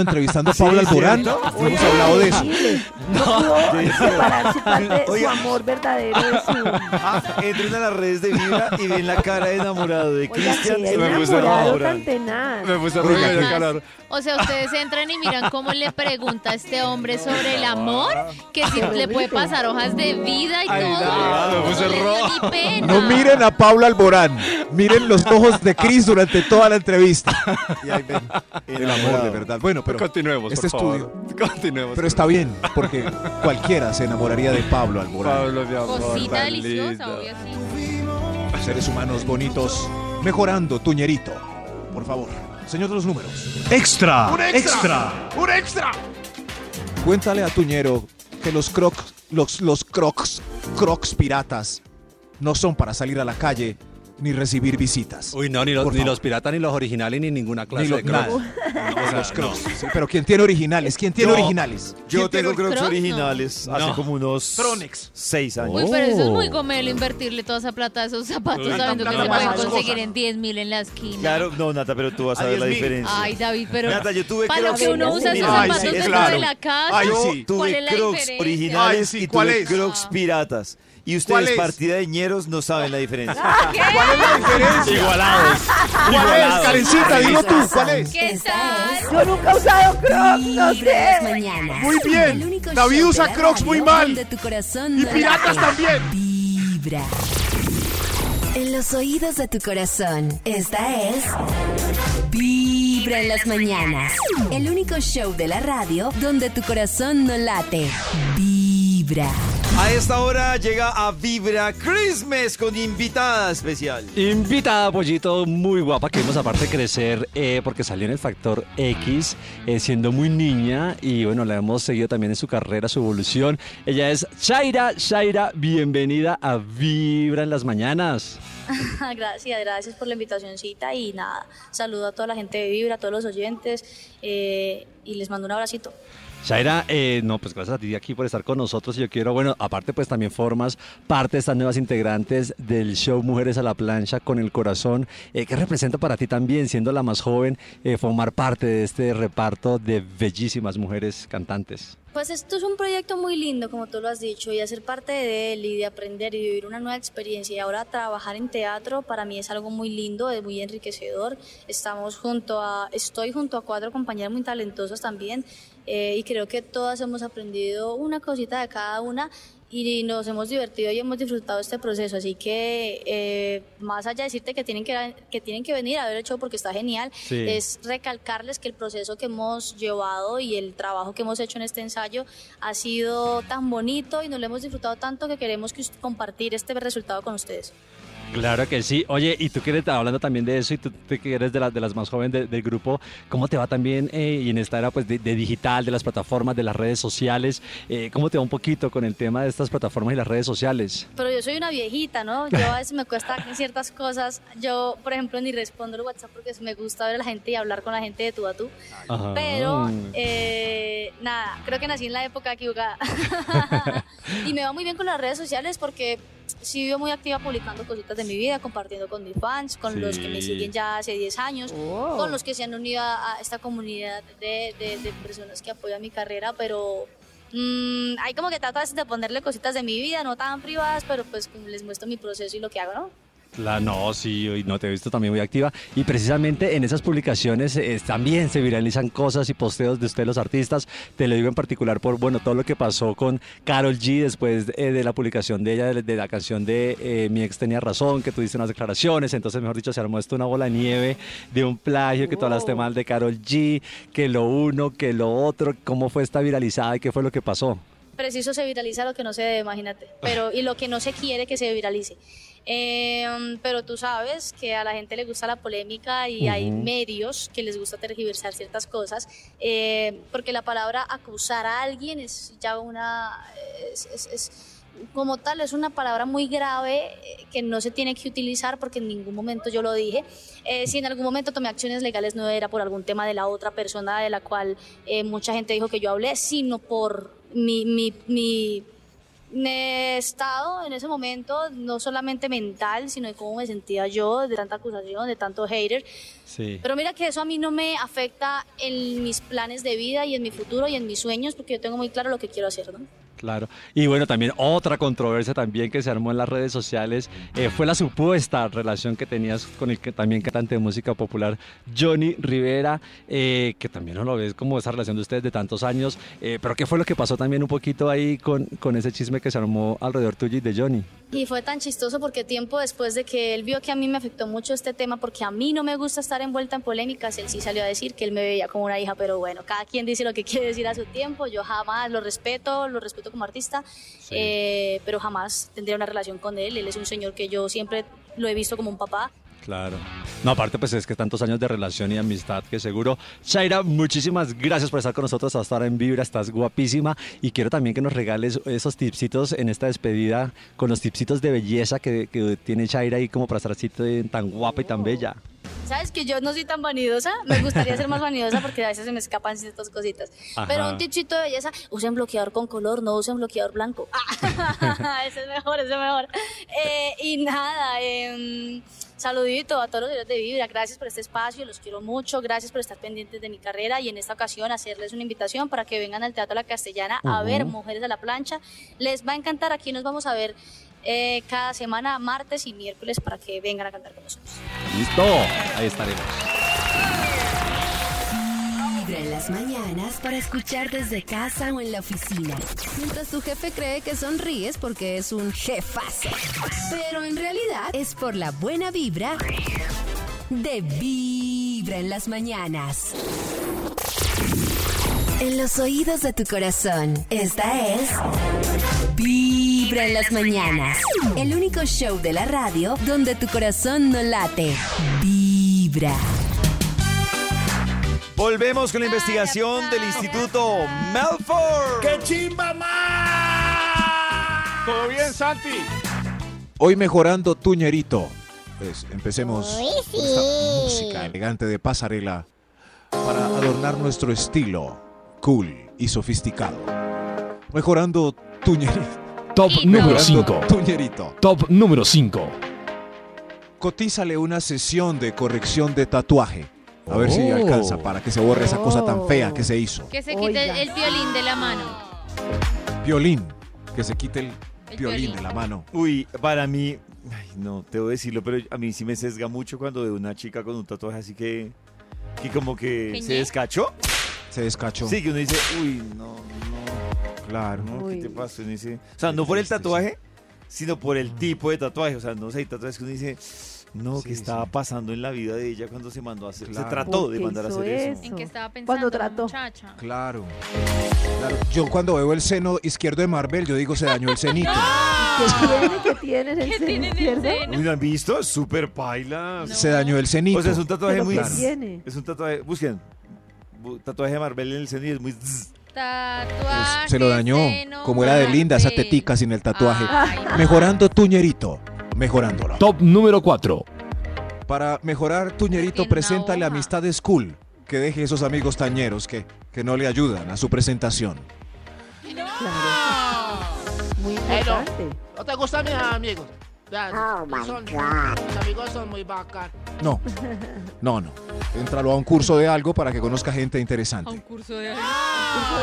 Speaker 6: entrevistando a Pablo Alborán. No Ah, hemos hablado de eso.
Speaker 5: No pudo separar su parte, su
Speaker 2: Oiga.
Speaker 5: amor verdadero de su...
Speaker 2: Ah, entren a las redes de Vibra y ven la cara de enamorado de
Speaker 5: Oiga,
Speaker 2: Cristian.
Speaker 5: sí,
Speaker 2: y
Speaker 5: era
Speaker 2: me gusta
Speaker 5: enamorado
Speaker 2: ahora.
Speaker 5: tan tenaz.
Speaker 3: puse
Speaker 6: rojo y
Speaker 10: Más. O sea, ustedes entran y miran cómo le pregunta a este hombre sobre el amor, que si le puede pasar hojas de vida y todo.
Speaker 3: me puse
Speaker 10: No le dio
Speaker 3: rojo.
Speaker 10: ni pena.
Speaker 6: No miren a Pablo Alborán. Miren los ojos de Cris durante toda la entrevista. Y ahí ven el amor de verdad. Bueno, pero
Speaker 3: Continuemos,
Speaker 6: este
Speaker 3: por
Speaker 6: estudio.
Speaker 3: favor. Continuemos.
Speaker 6: Pero está bien, porque cualquiera se enamoraría de Pablo Alborán.
Speaker 3: Pablo, mi amor,
Speaker 10: Cosita
Speaker 3: tan
Speaker 10: deliciosa,
Speaker 3: linda.
Speaker 10: obvio, sí.
Speaker 6: Seres humanos bonitos, mejorando tu ñerito. Por favor, señor de los números.
Speaker 8: Extra,
Speaker 9: ¡Un extra! ¡Un extra!
Speaker 6: Cuéntale a Tuñero que los crocs, los, los crocs, crocs piratas no son para salir a la calle, ni recibir visitas.
Speaker 3: Uy, no, ni los,
Speaker 6: Por
Speaker 3: ni
Speaker 6: favor.
Speaker 3: los piratas, ni los originales, ni ninguna clase
Speaker 6: Ni lo-
Speaker 3: de crocs.
Speaker 6: nada.
Speaker 3: No, o sea,
Speaker 6: Los
Speaker 3: no.
Speaker 6: crocs. Sí, pero ¿quién tiene originales? ¿Quién tiene
Speaker 2: Yo-
Speaker 6: originales?
Speaker 2: Yo
Speaker 6: ¿Quién tiene
Speaker 2: tengo Crocs
Speaker 10: Crocs? No.
Speaker 2: originales hace
Speaker 3: No.
Speaker 2: como unos
Speaker 9: Tronex.
Speaker 2: seis años.
Speaker 10: Uy, pero eso es muy gomelo, invertirle toda esa plata a esos zapatos
Speaker 2: Uy,
Speaker 10: sabiendo que
Speaker 2: tanta
Speaker 10: se pueden
Speaker 2: plata para esas
Speaker 10: conseguir
Speaker 2: cosas.
Speaker 10: en 10 mil en la esquina.
Speaker 2: Claro, no, Nata, pero tú vas a
Speaker 9: A
Speaker 2: ver la
Speaker 9: 10.000.
Speaker 2: diferencia.
Speaker 10: Ay, David, pero
Speaker 2: Nata, yo tuve
Speaker 10: para lo
Speaker 2: Crocs
Speaker 10: que uno usa esos
Speaker 2: originales.
Speaker 10: zapatos
Speaker 2: Ay, sí,
Speaker 10: dentro
Speaker 2: claro.
Speaker 10: de la casa,
Speaker 2: Ay, sí.
Speaker 10: ¿cuál
Speaker 2: tuve
Speaker 10: es la
Speaker 2: Crocs
Speaker 10: diferencia? Ah.
Speaker 2: originales
Speaker 9: Ay, sí,
Speaker 2: y
Speaker 9: ¿cuál
Speaker 2: tuve
Speaker 9: es?
Speaker 2: Crocs piratas. Y
Speaker 9: ¿Cuál
Speaker 2: ustedes,
Speaker 9: es?
Speaker 2: partida de ñeros, no saben la diferencia.
Speaker 10: Ah.
Speaker 9: ¿Cuál es la diferencia?
Speaker 2: Igualados.
Speaker 9: ¿Cuál es, Karencita? Dilo tú, ¿cuál es?
Speaker 10: ¿Qué tal?
Speaker 5: Yo nunca he usado Crocs, no
Speaker 7: Vibra en las
Speaker 5: sé.
Speaker 7: mañanas.
Speaker 9: Muy bien.
Speaker 7: El único
Speaker 9: David
Speaker 7: show
Speaker 9: usa
Speaker 7: de la
Speaker 9: Crocs muy
Speaker 7: radio
Speaker 9: mal.
Speaker 7: donde tu corazón
Speaker 9: Y
Speaker 7: no
Speaker 9: piratas
Speaker 7: late.
Speaker 9: también.
Speaker 7: Vibra. En los oídos de tu corazón. Esta es. Vibra en las mañanas. El único show de la radio donde tu corazón no late. Vibra.
Speaker 2: A esta hora llega a Vibra Christmas con invitada especial.
Speaker 3: Invitada, pollito, muy guapa, que vimos aparte crecer eh, porque salió en el Factor X eh, siendo muy niña y bueno, la hemos seguido también en su carrera, su evolución. Ella es Shaira, Shaira, bienvenida a Vibra en las Mañanas.
Speaker 12: gracias, gracias por la invitacioncita y nada, saludo a toda la gente de Vibra, a todos los oyentes eh, y les mando un abracito.
Speaker 3: Shaira, eh, no, pues gracias a ti aquí por estar con nosotros. Yo quiero, bueno, aparte pues también formas parte de estas nuevas integrantes del show Mujeres a la Plancha con el Corazón. Eh, ¿Qué representa para ti también, siendo la más joven, eh, formar parte de este reparto de bellísimas mujeres cantantes?
Speaker 12: Pues esto es un proyecto muy lindo, como tú lo has dicho, y hacer parte de él y de aprender y vivir una nueva experiencia. Y ahora trabajar en teatro para mí es algo muy lindo, es muy enriquecedor. Estamos junto a, estoy junto a cuatro compañeras muy talentosas también, eh, y creo que todas hemos aprendido una cosita de cada una y nos hemos divertido y hemos disfrutado este proceso. Así que eh, más allá de decirte que tienen que, que tienen que venir a ver el show porque está genial,
Speaker 3: Sí.
Speaker 12: es recalcarles que el proceso que hemos llevado y el trabajo que hemos hecho en este ensayo ha sido tan bonito y nos lo hemos disfrutado tanto que queremos que us- compartir este resultado con ustedes.
Speaker 3: Claro que sí. Oye, y tú que eres, hablando también de eso, y tú, tú que eres de, las de las más jóvenes de- del grupo, ¿cómo te va también, eh, y en esta era pues de, de digital, de las plataformas, de las redes sociales, eh, cómo te va un poquito con el tema de estas plataformas y las redes sociales?
Speaker 12: Pero yo soy una viejita, ¿no? Yo a veces me cuesta ciertas cosas. Yo, por ejemplo, ni respondo el WhatsApp porque me gusta ver a la gente y hablar con la gente de tú a tú.
Speaker 3: Ajá. Ah.
Speaker 12: Pero eh, nada, creo que nací en la época equivocada. y me va muy bien con las redes sociales porque sí vivo muy activa publicando cositas de mi vida, compartiendo con mis fans, con los que me
Speaker 3: Sí.
Speaker 12: siguen ya hace 10 años,
Speaker 5: Oh.
Speaker 12: con los que se han unido a a esta comunidad de, de- de personas que apoyan mi carrera, pero... mm, hay como que trato a veces de ponerle cositas de mi vida, no tan privadas, pero pues como les muestro mi proceso y lo que hago, ¿no?
Speaker 3: La, no, sí, hoy no te he visto también muy activa. Y precisamente en esas publicaciones eh, también se viralizan cosas y posteos de ustedes, los artistas. Te lo digo en particular por, bueno, todo lo que pasó con Carol G después eh, de la publicación de ella, de, de la canción de eh, Mi ex tenía razón, que tuviste unas declaraciones. Entonces, mejor dicho, se armó esto una bola de nieve de un plagio, que todas las temas de Carol G, que lo uno, que lo otro, cómo fue esta viralizada y qué fue lo que pasó.
Speaker 12: preciso se viraliza lo que no se debe, imagínate, pero y lo que no se quiere que se viralice. Eh, pero tú sabes que a la gente le gusta la polémica y hay
Speaker 3: Ujú.
Speaker 12: medios que les gusta tergiversar ciertas cosas, eh, porque la palabra acusar a alguien es ya una... es- es- es- como tal, es una palabra muy grave eh, que no se tiene que utilizar porque en ningún momento yo lo dije. Eh, si en algún momento tomé acciones legales no era por algún tema de la otra persona de la cual eh, mucha gente dijo que yo hablé, sino por mi, mi, mi, me he estado en ese momento, no solamente mental, sino de cómo me sentía yo, de tanta acusación, de tanto hater.
Speaker 3: Sí.
Speaker 12: Pero mira que eso a mí no me afecta en mis planes de vida y en mi futuro y en mis sueños, porque yo tengo muy claro lo que quiero hacer, ¿no?
Speaker 3: Claro. Y bueno, también otra controversia también que se armó en las redes sociales eh, fue la supuesta relación que tenías con el que también cantante de música popular Johnny Rivera, eh, que también no lo ves como esa relación de ustedes de tantos años. eh, pero ¿qué fue lo que pasó también un poquito ahí con, con ese chisme que se armó alrededor tuyo y de Johnny?
Speaker 12: Y fue tan chistoso porque tiempo después de que él vio que a mí me afectó mucho este tema, porque a mí no me gusta estar envuelta en polémicas, él sí salió a decir que él me veía como una hija, pero bueno, cada quien dice lo que quiere decir a su tiempo, yo jamás lo respeto, lo respeto como artista, eh, pero jamás tendría una relación con él, él es un señor que yo siempre lo he visto como un papá.
Speaker 3: Claro. No, aparte, pues es que tantos años de relación y amistad que seguro. Shaira, muchísimas gracias por estar con nosotros hasta ahora en Vibra. Estás guapísima. Y quiero también que nos regales esos tipsitos en esta despedida con los tipsitos de belleza que, que tiene Shaira ahí como para estar así tan tan guapa y tan bella.
Speaker 12: Sabes que yo no soy tan vanidosa, me gustaría ser más vanidosa porque a veces se me escapan ciertas cositas.
Speaker 3: Ajá.
Speaker 12: Pero un tipcito de belleza, usen bloqueador con color, no usen bloqueador blanco. Ah, ese es mejor, ese es mejor. Eh, y nada, em, saludito a todos los señores de Vibra, gracias por este espacio, los quiero mucho, gracias por estar pendientes de mi carrera y en esta ocasión hacerles una invitación para que vengan al Teatro La Castellana a
Speaker 13: Ujú.
Speaker 12: ver Mujeres a la Plancha. Les va a encantar, aquí nos vamos a ver eh, cada semana, martes y miércoles, para que vengan a cantar con nosotros.
Speaker 3: Listo. Ahí estaremos.
Speaker 7: Vibra en las mañanas para escuchar desde casa o en la oficina. Mientras tu jefe cree que sonríes porque es un jefazo. Pero en realidad es por la buena vibra de Vibra en las mañanas. En los oídos de tu corazón, esta es Vibra en las mañanas. El único show de la radio donde tu corazón no late. Vibra.
Speaker 2: Volvemos con la investigación del Instituto Melford. ¡Qué chimba más!
Speaker 9: ¿Todo bien, Santi?
Speaker 6: Hoy mejorando Tuñerito. Pues empecemos
Speaker 9: Uy,
Speaker 6: con
Speaker 9: sí.
Speaker 6: esta música elegante de pasarela para adornar nuestro estilo cool y sofisticado. Mejorando Tuñerito.
Speaker 8: Top número
Speaker 6: Mejorando
Speaker 8: 5.
Speaker 6: Tuñerito.
Speaker 8: Top número 5.
Speaker 6: Cotízale una sesión de corrección de tatuaje. A ver si
Speaker 8: Oh.
Speaker 6: alcanza para que se borre esa cosa tan fea
Speaker 10: Oh.
Speaker 6: que se hizo.
Speaker 10: Que se quite el, el violín de la
Speaker 6: Ah.
Speaker 10: mano.
Speaker 6: Violín. Que se quite el,
Speaker 10: El
Speaker 6: violín,
Speaker 10: violín.
Speaker 6: de la mano.
Speaker 2: Uy, para mí, ay, no, debo decirlo, pero a mí sí me sesga mucho cuando veo una chica con un tatuaje así que, que como que
Speaker 6: ¿Peñé?
Speaker 2: se descachó.
Speaker 6: Se descachó.
Speaker 2: Sí, que uno dice, uy, no, no.
Speaker 6: Claro.
Speaker 2: No, ¿qué te pasa? Uno dice, o sea, no por el tatuaje, sino por el tipo de tatuaje. O sea, no sé, hay tatuajes que uno dice, no, ¿qué estaba pasando en la vida de ella cuando se mandó a hacer? Se
Speaker 6: Claro.
Speaker 2: trató
Speaker 6: ¿Por
Speaker 2: de
Speaker 6: qué
Speaker 2: mandar a
Speaker 6: hizo
Speaker 2: hacer eso.
Speaker 10: ¿En qué estaba pensando
Speaker 5: Cuando
Speaker 10: la
Speaker 5: trató.
Speaker 10: muchacha?
Speaker 6: Claro. Claro, Yo cuando veo el seno izquierdo de Marvel, yo digo se dañó el cenito.
Speaker 5: ¿Qué tiene en el seno izquierdo?
Speaker 2: Uy, ¿Lo han visto? Es Súper paila.
Speaker 6: Se dañó el cenito.
Speaker 2: O sea, Pues es un tatuaje
Speaker 5: ¿Pero
Speaker 2: muy.
Speaker 5: qué tiene?
Speaker 2: Es un tatuaje. Busquen. bu- Tatuaje de Marvel en el seno y es muy. zzz.
Speaker 4: Ah,
Speaker 10: Tatuaje.
Speaker 6: Se lo dañó. Como era de linda esa tetica sin el tatuaje.
Speaker 4: Ah.
Speaker 6: Mejorando Tuñerito. Mejorándolo.
Speaker 8: Top número 4.
Speaker 6: Para mejorar Tuñerito, presenta la amistad cool. Que deje esos amigos tañeros que, que no le ayudan a su presentación.
Speaker 5: Muy
Speaker 9: Hello.
Speaker 5: importante.
Speaker 9: ¿No te gustan mis amigos? Oh my
Speaker 6: God.
Speaker 9: Mis amigos son muy bacán.
Speaker 6: No, no, no. Entralo a un curso de algo para que conozca gente interesante.
Speaker 10: Un curso de algo.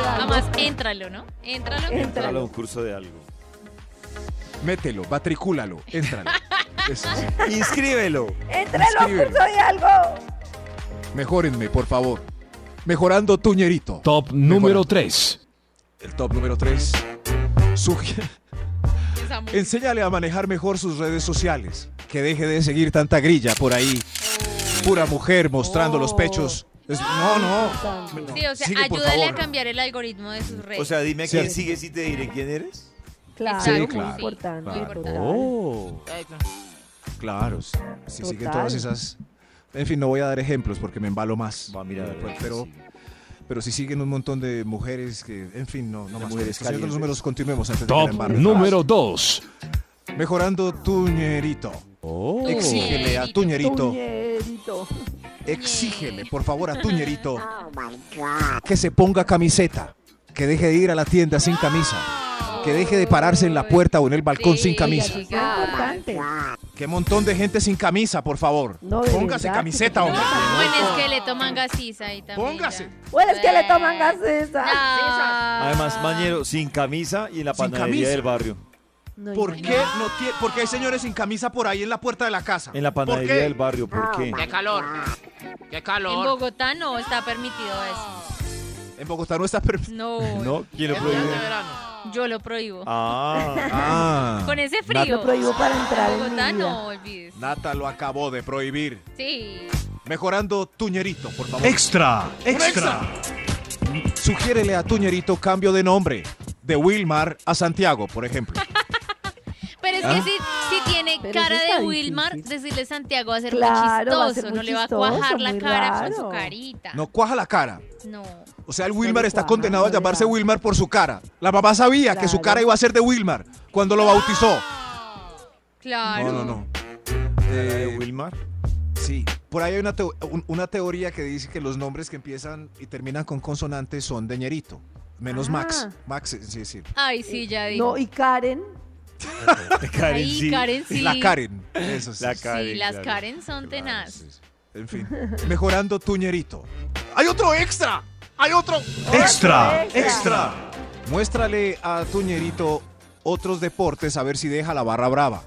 Speaker 10: Nada más, éntralo, ¿no? Éntralo.
Speaker 2: Entralo a un curso de algo.
Speaker 6: Mételo, matricúlalo, éntralo. Eso sí.
Speaker 2: Inscríbelo.
Speaker 5: ¡Entrelo,
Speaker 6: Escríbelo.
Speaker 5: curso de algo!
Speaker 6: Mejórenme, por favor. Mejorando Tuñerito.
Speaker 8: Top número 3.
Speaker 6: El top número 3. Enséñale a manejar mejor sus redes sociales. Que deje de seguir tanta grilla por ahí. Pura mujer mostrando los pechos. Es- no, no.
Speaker 10: Sí, o sea,
Speaker 6: Sigue, por
Speaker 10: ayúdale a
Speaker 6: favor.
Speaker 10: cambiar el algoritmo de sus redes.
Speaker 2: O sea, dime a
Speaker 6: Cierto.
Speaker 2: quién sigues y te diré quién eres.
Speaker 5: Claro,
Speaker 6: Sí,
Speaker 5: muy
Speaker 6: claro, Oh,
Speaker 5: importante.
Speaker 6: claro.
Speaker 5: total.
Speaker 6: Claro, si, si siguen
Speaker 5: Total.
Speaker 6: todas esas... En fin, no voy a dar ejemplos porque me embalo más.
Speaker 3: Ah,
Speaker 6: Pues,
Speaker 2: mira, de verdad que
Speaker 6: pero,
Speaker 2: sí.
Speaker 6: pero si siguen un montón de mujeres que... En fin, no, no más.
Speaker 2: mujeres
Speaker 6: Señor de los
Speaker 2: calientes.
Speaker 6: números, continuemos antes de que me
Speaker 8: Top
Speaker 6: embarre.
Speaker 8: número 2.
Speaker 6: Mejorando Tuñerito.
Speaker 3: Oh.
Speaker 6: Exígele a Tuñerito.
Speaker 5: Tuñerito.
Speaker 6: Exígele, por favor, a Tuñerito que se ponga camiseta, que deje de ir a la tienda sin camisa, que deje de pararse en la puerta o en el balcón sin camisa.
Speaker 5: Muy importante.
Speaker 6: Qué montón de gente sin camisa, por favor.
Speaker 5: No, de
Speaker 6: Póngase
Speaker 5: verdad.
Speaker 6: camiseta, hombre.
Speaker 10: Buen esqueleto, mangasiza ahí también. Póngase.
Speaker 5: Hueles que le toman gasesa.
Speaker 2: Además, Mañero, sin camisa y en la
Speaker 6: Sin
Speaker 2: panadería
Speaker 6: camisa.
Speaker 2: del barrio.
Speaker 6: ¿Por qué no tiene, porque hay señores sin camisa por ahí en la puerta de la casa?
Speaker 2: En la
Speaker 6: ¿Por
Speaker 2: panadería
Speaker 6: qué?
Speaker 2: del barrio, ¿por qué?
Speaker 9: Qué calor. Qué
Speaker 10: En
Speaker 9: calor.
Speaker 10: Bogotá no está permitido eso.
Speaker 6: En Bogotá no está perfecto.
Speaker 10: No,
Speaker 2: ¿No? ¿Quién lo
Speaker 9: Es verano,
Speaker 2: prohíbe?
Speaker 9: es verano.
Speaker 10: yo lo prohíbo.
Speaker 2: Ah,
Speaker 6: Ah,
Speaker 10: Con ese
Speaker 6: Nat-
Speaker 10: frío.
Speaker 5: Lo prohíbo para entrar en mi
Speaker 10: Bogotá
Speaker 5: vida.
Speaker 10: no olvides.
Speaker 6: Nata lo acabó de prohibir.
Speaker 10: Sí.
Speaker 6: Mejorando Tuñerito, por favor.
Speaker 8: Extra. Extra.
Speaker 6: Sugiérele a Tuñerito cambio de nombre. De Wilmar a Santiago, por ejemplo.
Speaker 10: Pero es
Speaker 6: ¿Ah?
Speaker 10: que si, si tiene
Speaker 5: Pero eso
Speaker 10: cara
Speaker 5: está
Speaker 10: de Wilmar, decirle Santiago va a ser muy
Speaker 5: Claro, va a
Speaker 10: chistoso,
Speaker 5: ser muy
Speaker 10: no le va a
Speaker 5: chistoso,
Speaker 10: cuajar la
Speaker 5: muy
Speaker 10: cara por
Speaker 5: raro.
Speaker 10: su carita.
Speaker 6: No cuaja la cara.
Speaker 10: No.
Speaker 6: O sea, el Wilmar está condenado a llamarse Wilmar por su cara. La mamá sabía que su cara iba a ser de Wilmar cuando lo bautizó.
Speaker 10: Claro.
Speaker 6: No, no, no.
Speaker 2: Eh,
Speaker 6: ¿Wilmar? Sí. Por ahí hay una, teo- un- una teoría que dice que los nombres que empiezan y terminan con consonantes son de ñerito. Menos
Speaker 10: Ah.
Speaker 6: Max. Max, sí, sí.
Speaker 10: Ay, sí, ya digo.
Speaker 5: No, y Karen.
Speaker 6: Karen,
Speaker 10: Ay, sí. Karen, sí.
Speaker 6: La Karen. Eso sí.
Speaker 2: La
Speaker 10: sí, las Karen son tenaz.
Speaker 6: En fin. Mejorando tu ñerito. ¡Hay otro extra! ¡Hay otro!
Speaker 8: Extra, extra.
Speaker 6: Muéstrale a tu ñerito otros deportes a ver si deja la barra brava.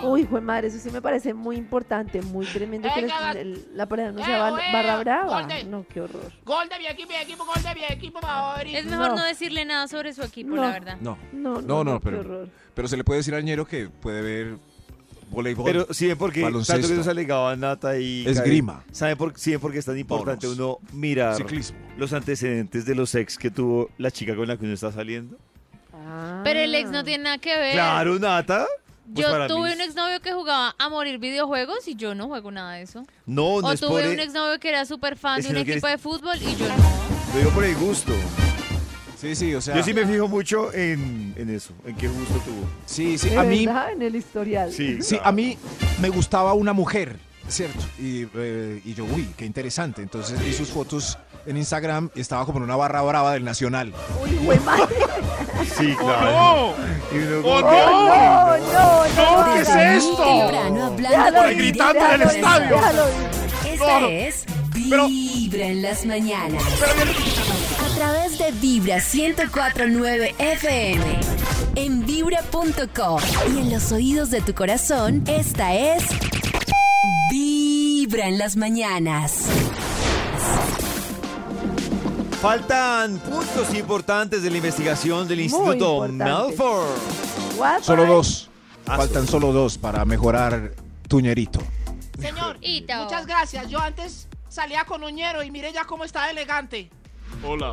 Speaker 5: Uy, hijo de madre, eso sí me parece muy importante, muy tremendo que
Speaker 9: Venga,
Speaker 5: les- el- la palabra no
Speaker 9: Eh,
Speaker 5: sea bal-
Speaker 9: güey,
Speaker 5: barra brava.
Speaker 9: corte.
Speaker 5: No, qué horror.
Speaker 9: Gol de mi equipo, mi equipo, gol de mi equipo, favorito.
Speaker 10: Es mejor no. decirle nada sobre su equipo, la verdad.
Speaker 6: No.
Speaker 5: No,
Speaker 6: No, no,
Speaker 5: qué
Speaker 6: pero,
Speaker 5: horror.
Speaker 6: pero se le puede decir al ñero que puede ver voleibol.
Speaker 2: Pero sí, porque tanto que nos alegaban Nata y.
Speaker 6: Esgrima.
Speaker 2: ¿Sabe por, sí, porque es tan importante
Speaker 6: Toros.
Speaker 2: uno mirar
Speaker 6: Ciclismo.
Speaker 2: los antecedentes de los ex que tuvo la chica con la que uno está saliendo?
Speaker 5: Ah,
Speaker 10: Pero el ex no tiene nada que ver.
Speaker 2: Claro, Nata. Pues
Speaker 10: Eh, Yo
Speaker 2: para mí
Speaker 10: tuve
Speaker 2: es-
Speaker 10: un exnovio que jugaba a morir videojuegos y yo no juego nada de eso.
Speaker 2: No, no
Speaker 10: o
Speaker 2: es por. e-
Speaker 10: tuve un
Speaker 2: el-
Speaker 10: exnovio que era súper fan de
Speaker 2: es que
Speaker 10: un
Speaker 2: no
Speaker 10: equipo
Speaker 2: quieres-
Speaker 10: de fútbol y yo no.
Speaker 2: Lo digo por el gusto.
Speaker 6: Sí, sí, o sea.
Speaker 2: Yo sí me fijo mucho en, en eso, en qué gusto tuvo.
Speaker 6: Sí, sí,
Speaker 5: De
Speaker 6: a mí.
Speaker 5: verdad, en el historial.
Speaker 2: Sí.
Speaker 6: Sí, a mí me gustaba una mujer, ¿cierto? Y, eh, y yo, uy, qué interesante. Entonces vi sus fotos en Instagram y estaba como en una barra brava del Nacional.
Speaker 5: Uy, hijo de madre.
Speaker 2: Sí,
Speaker 6: claro.
Speaker 2: ¡Oh,
Speaker 5: no! ¡No, no!
Speaker 8: ¿Qué es
Speaker 7: Desde muy
Speaker 8: esto?
Speaker 7: temprano,
Speaker 5: Ya
Speaker 7: hablando
Speaker 5: lo
Speaker 7: con
Speaker 5: vi,
Speaker 7: directo
Speaker 5: ya
Speaker 7: al
Speaker 5: lo vi,
Speaker 7: corazón.
Speaker 5: ya lo vi.
Speaker 7: Esta es Vibra en las mañanas. A través de Vibra 1049 FM. En vibra.com. Y en los oídos de tu corazón, esta es Vibra en las mañanas.
Speaker 2: Faltan puntos importantes de la investigación del Instituto
Speaker 6: importantes.
Speaker 2: Malfour.
Speaker 6: Solo dos. Faltan solo dos para mejorar tu ñerito.
Speaker 9: Señor, muchas gracias. Yo antes salía con Oñero y mire ya cómo está elegante.
Speaker 8: Hola.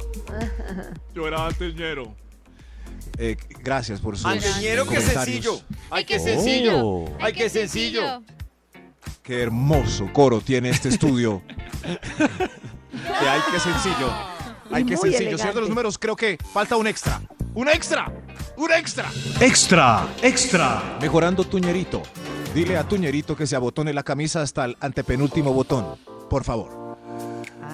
Speaker 8: Yo era antes ñero.
Speaker 6: Eh, gracias por sus
Speaker 2: Anteñero, qué
Speaker 6: comentarios.
Speaker 2: sencillo. Ay, qué
Speaker 6: Oh.
Speaker 2: sencillo. Ay, qué sencillo.
Speaker 6: Qué hermoso coro tiene este estudio. Que Ay, qué sencillo. Ay,
Speaker 8: Y
Speaker 6: qué
Speaker 8: muy
Speaker 6: sencillo.
Speaker 8: elegante.
Speaker 6: Señor de los números, creo que falta un extra. ¡Un extra! ¡Un extra!
Speaker 8: Extra, extra.
Speaker 6: Mejorando Tuñerito. Dile a Tuñerito que se abotone la camisa hasta el antepenúltimo botón, por favor.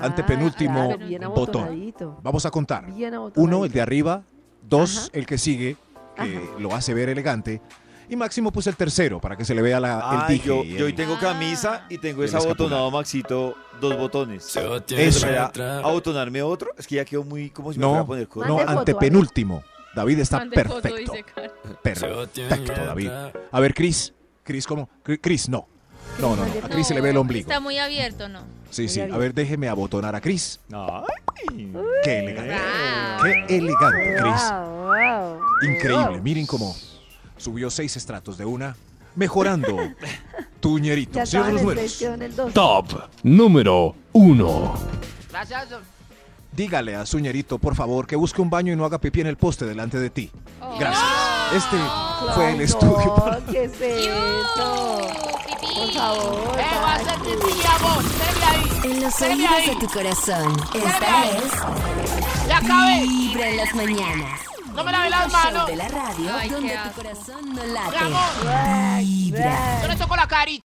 Speaker 6: antepenúltimo
Speaker 5: Ah, claro, bien
Speaker 6: botón.
Speaker 5: abotonadito.
Speaker 6: Vamos a contar.
Speaker 5: Bien abotón.
Speaker 6: Uno, el de arriba. Dos, el que sigue, que lo hace ver elegante. Y Máximo puse el tercero para que se le vea la,
Speaker 2: Ah,
Speaker 6: el dije.
Speaker 2: yo,
Speaker 6: y
Speaker 2: yo hoy
Speaker 6: el-
Speaker 2: tengo camisa y tengo
Speaker 6: El
Speaker 2: ese abotonado, Maxito, dos botones.
Speaker 6: te Eso.
Speaker 2: Espera,
Speaker 6: otra.
Speaker 2: abotonarme otro, es que ya quedó muy como si me fuera
Speaker 6: No,
Speaker 2: a poner codo.
Speaker 6: no, antepenúltimo. David está
Speaker 10: Mande foto,
Speaker 6: perfecto.
Speaker 10: dice Karen.
Speaker 6: Perfecto, David. A ver, Cris. Cris, ¿cómo? Cri- Cris, no. No, no, no. A Cris se le ve el ombligo.
Speaker 10: Está muy abierto, ¿no?
Speaker 6: Sí, sí. A ver, déjeme abotonar a Cris. Qué elegante.
Speaker 10: Wow.
Speaker 6: Qué elegante, Cris.
Speaker 5: Wow, wow.
Speaker 6: Increíble. Miren cómo subió seis estratos de una, mejorando tu
Speaker 5: Ya
Speaker 6: ñerito. Señor
Speaker 5: estaba
Speaker 6: de
Speaker 5: en
Speaker 6: los
Speaker 5: el
Speaker 6: números.
Speaker 5: vestido, en el dos.
Speaker 8: Top número uno.
Speaker 9: Gracias. don.
Speaker 6: Dígale a su ñerito, por favor, que busque un baño y no haga pipí en el poste delante de ti. Gracias. Este fue el estudio. para-
Speaker 5: No, ¿Qué es eso? Por favor.
Speaker 9: Eh, va a ser pipí, amor. Dele ahí.
Speaker 7: En los
Speaker 9: Dele
Speaker 7: oídos de
Speaker 9: ahí.
Speaker 7: tu corazón, esta
Speaker 9: Dale.
Speaker 7: es
Speaker 9: Ya acabé.
Speaker 7: Vibra en las mañanas.
Speaker 9: No me lave
Speaker 7: El
Speaker 9: las
Speaker 7: show
Speaker 9: manos.
Speaker 7: de la radio
Speaker 9: Ay,
Speaker 7: donde
Speaker 9: qué
Speaker 7: tu
Speaker 9: asco.
Speaker 7: corazón no
Speaker 9: Mi amor.
Speaker 7: late. Vibra.
Speaker 9: Yo le toco la carita.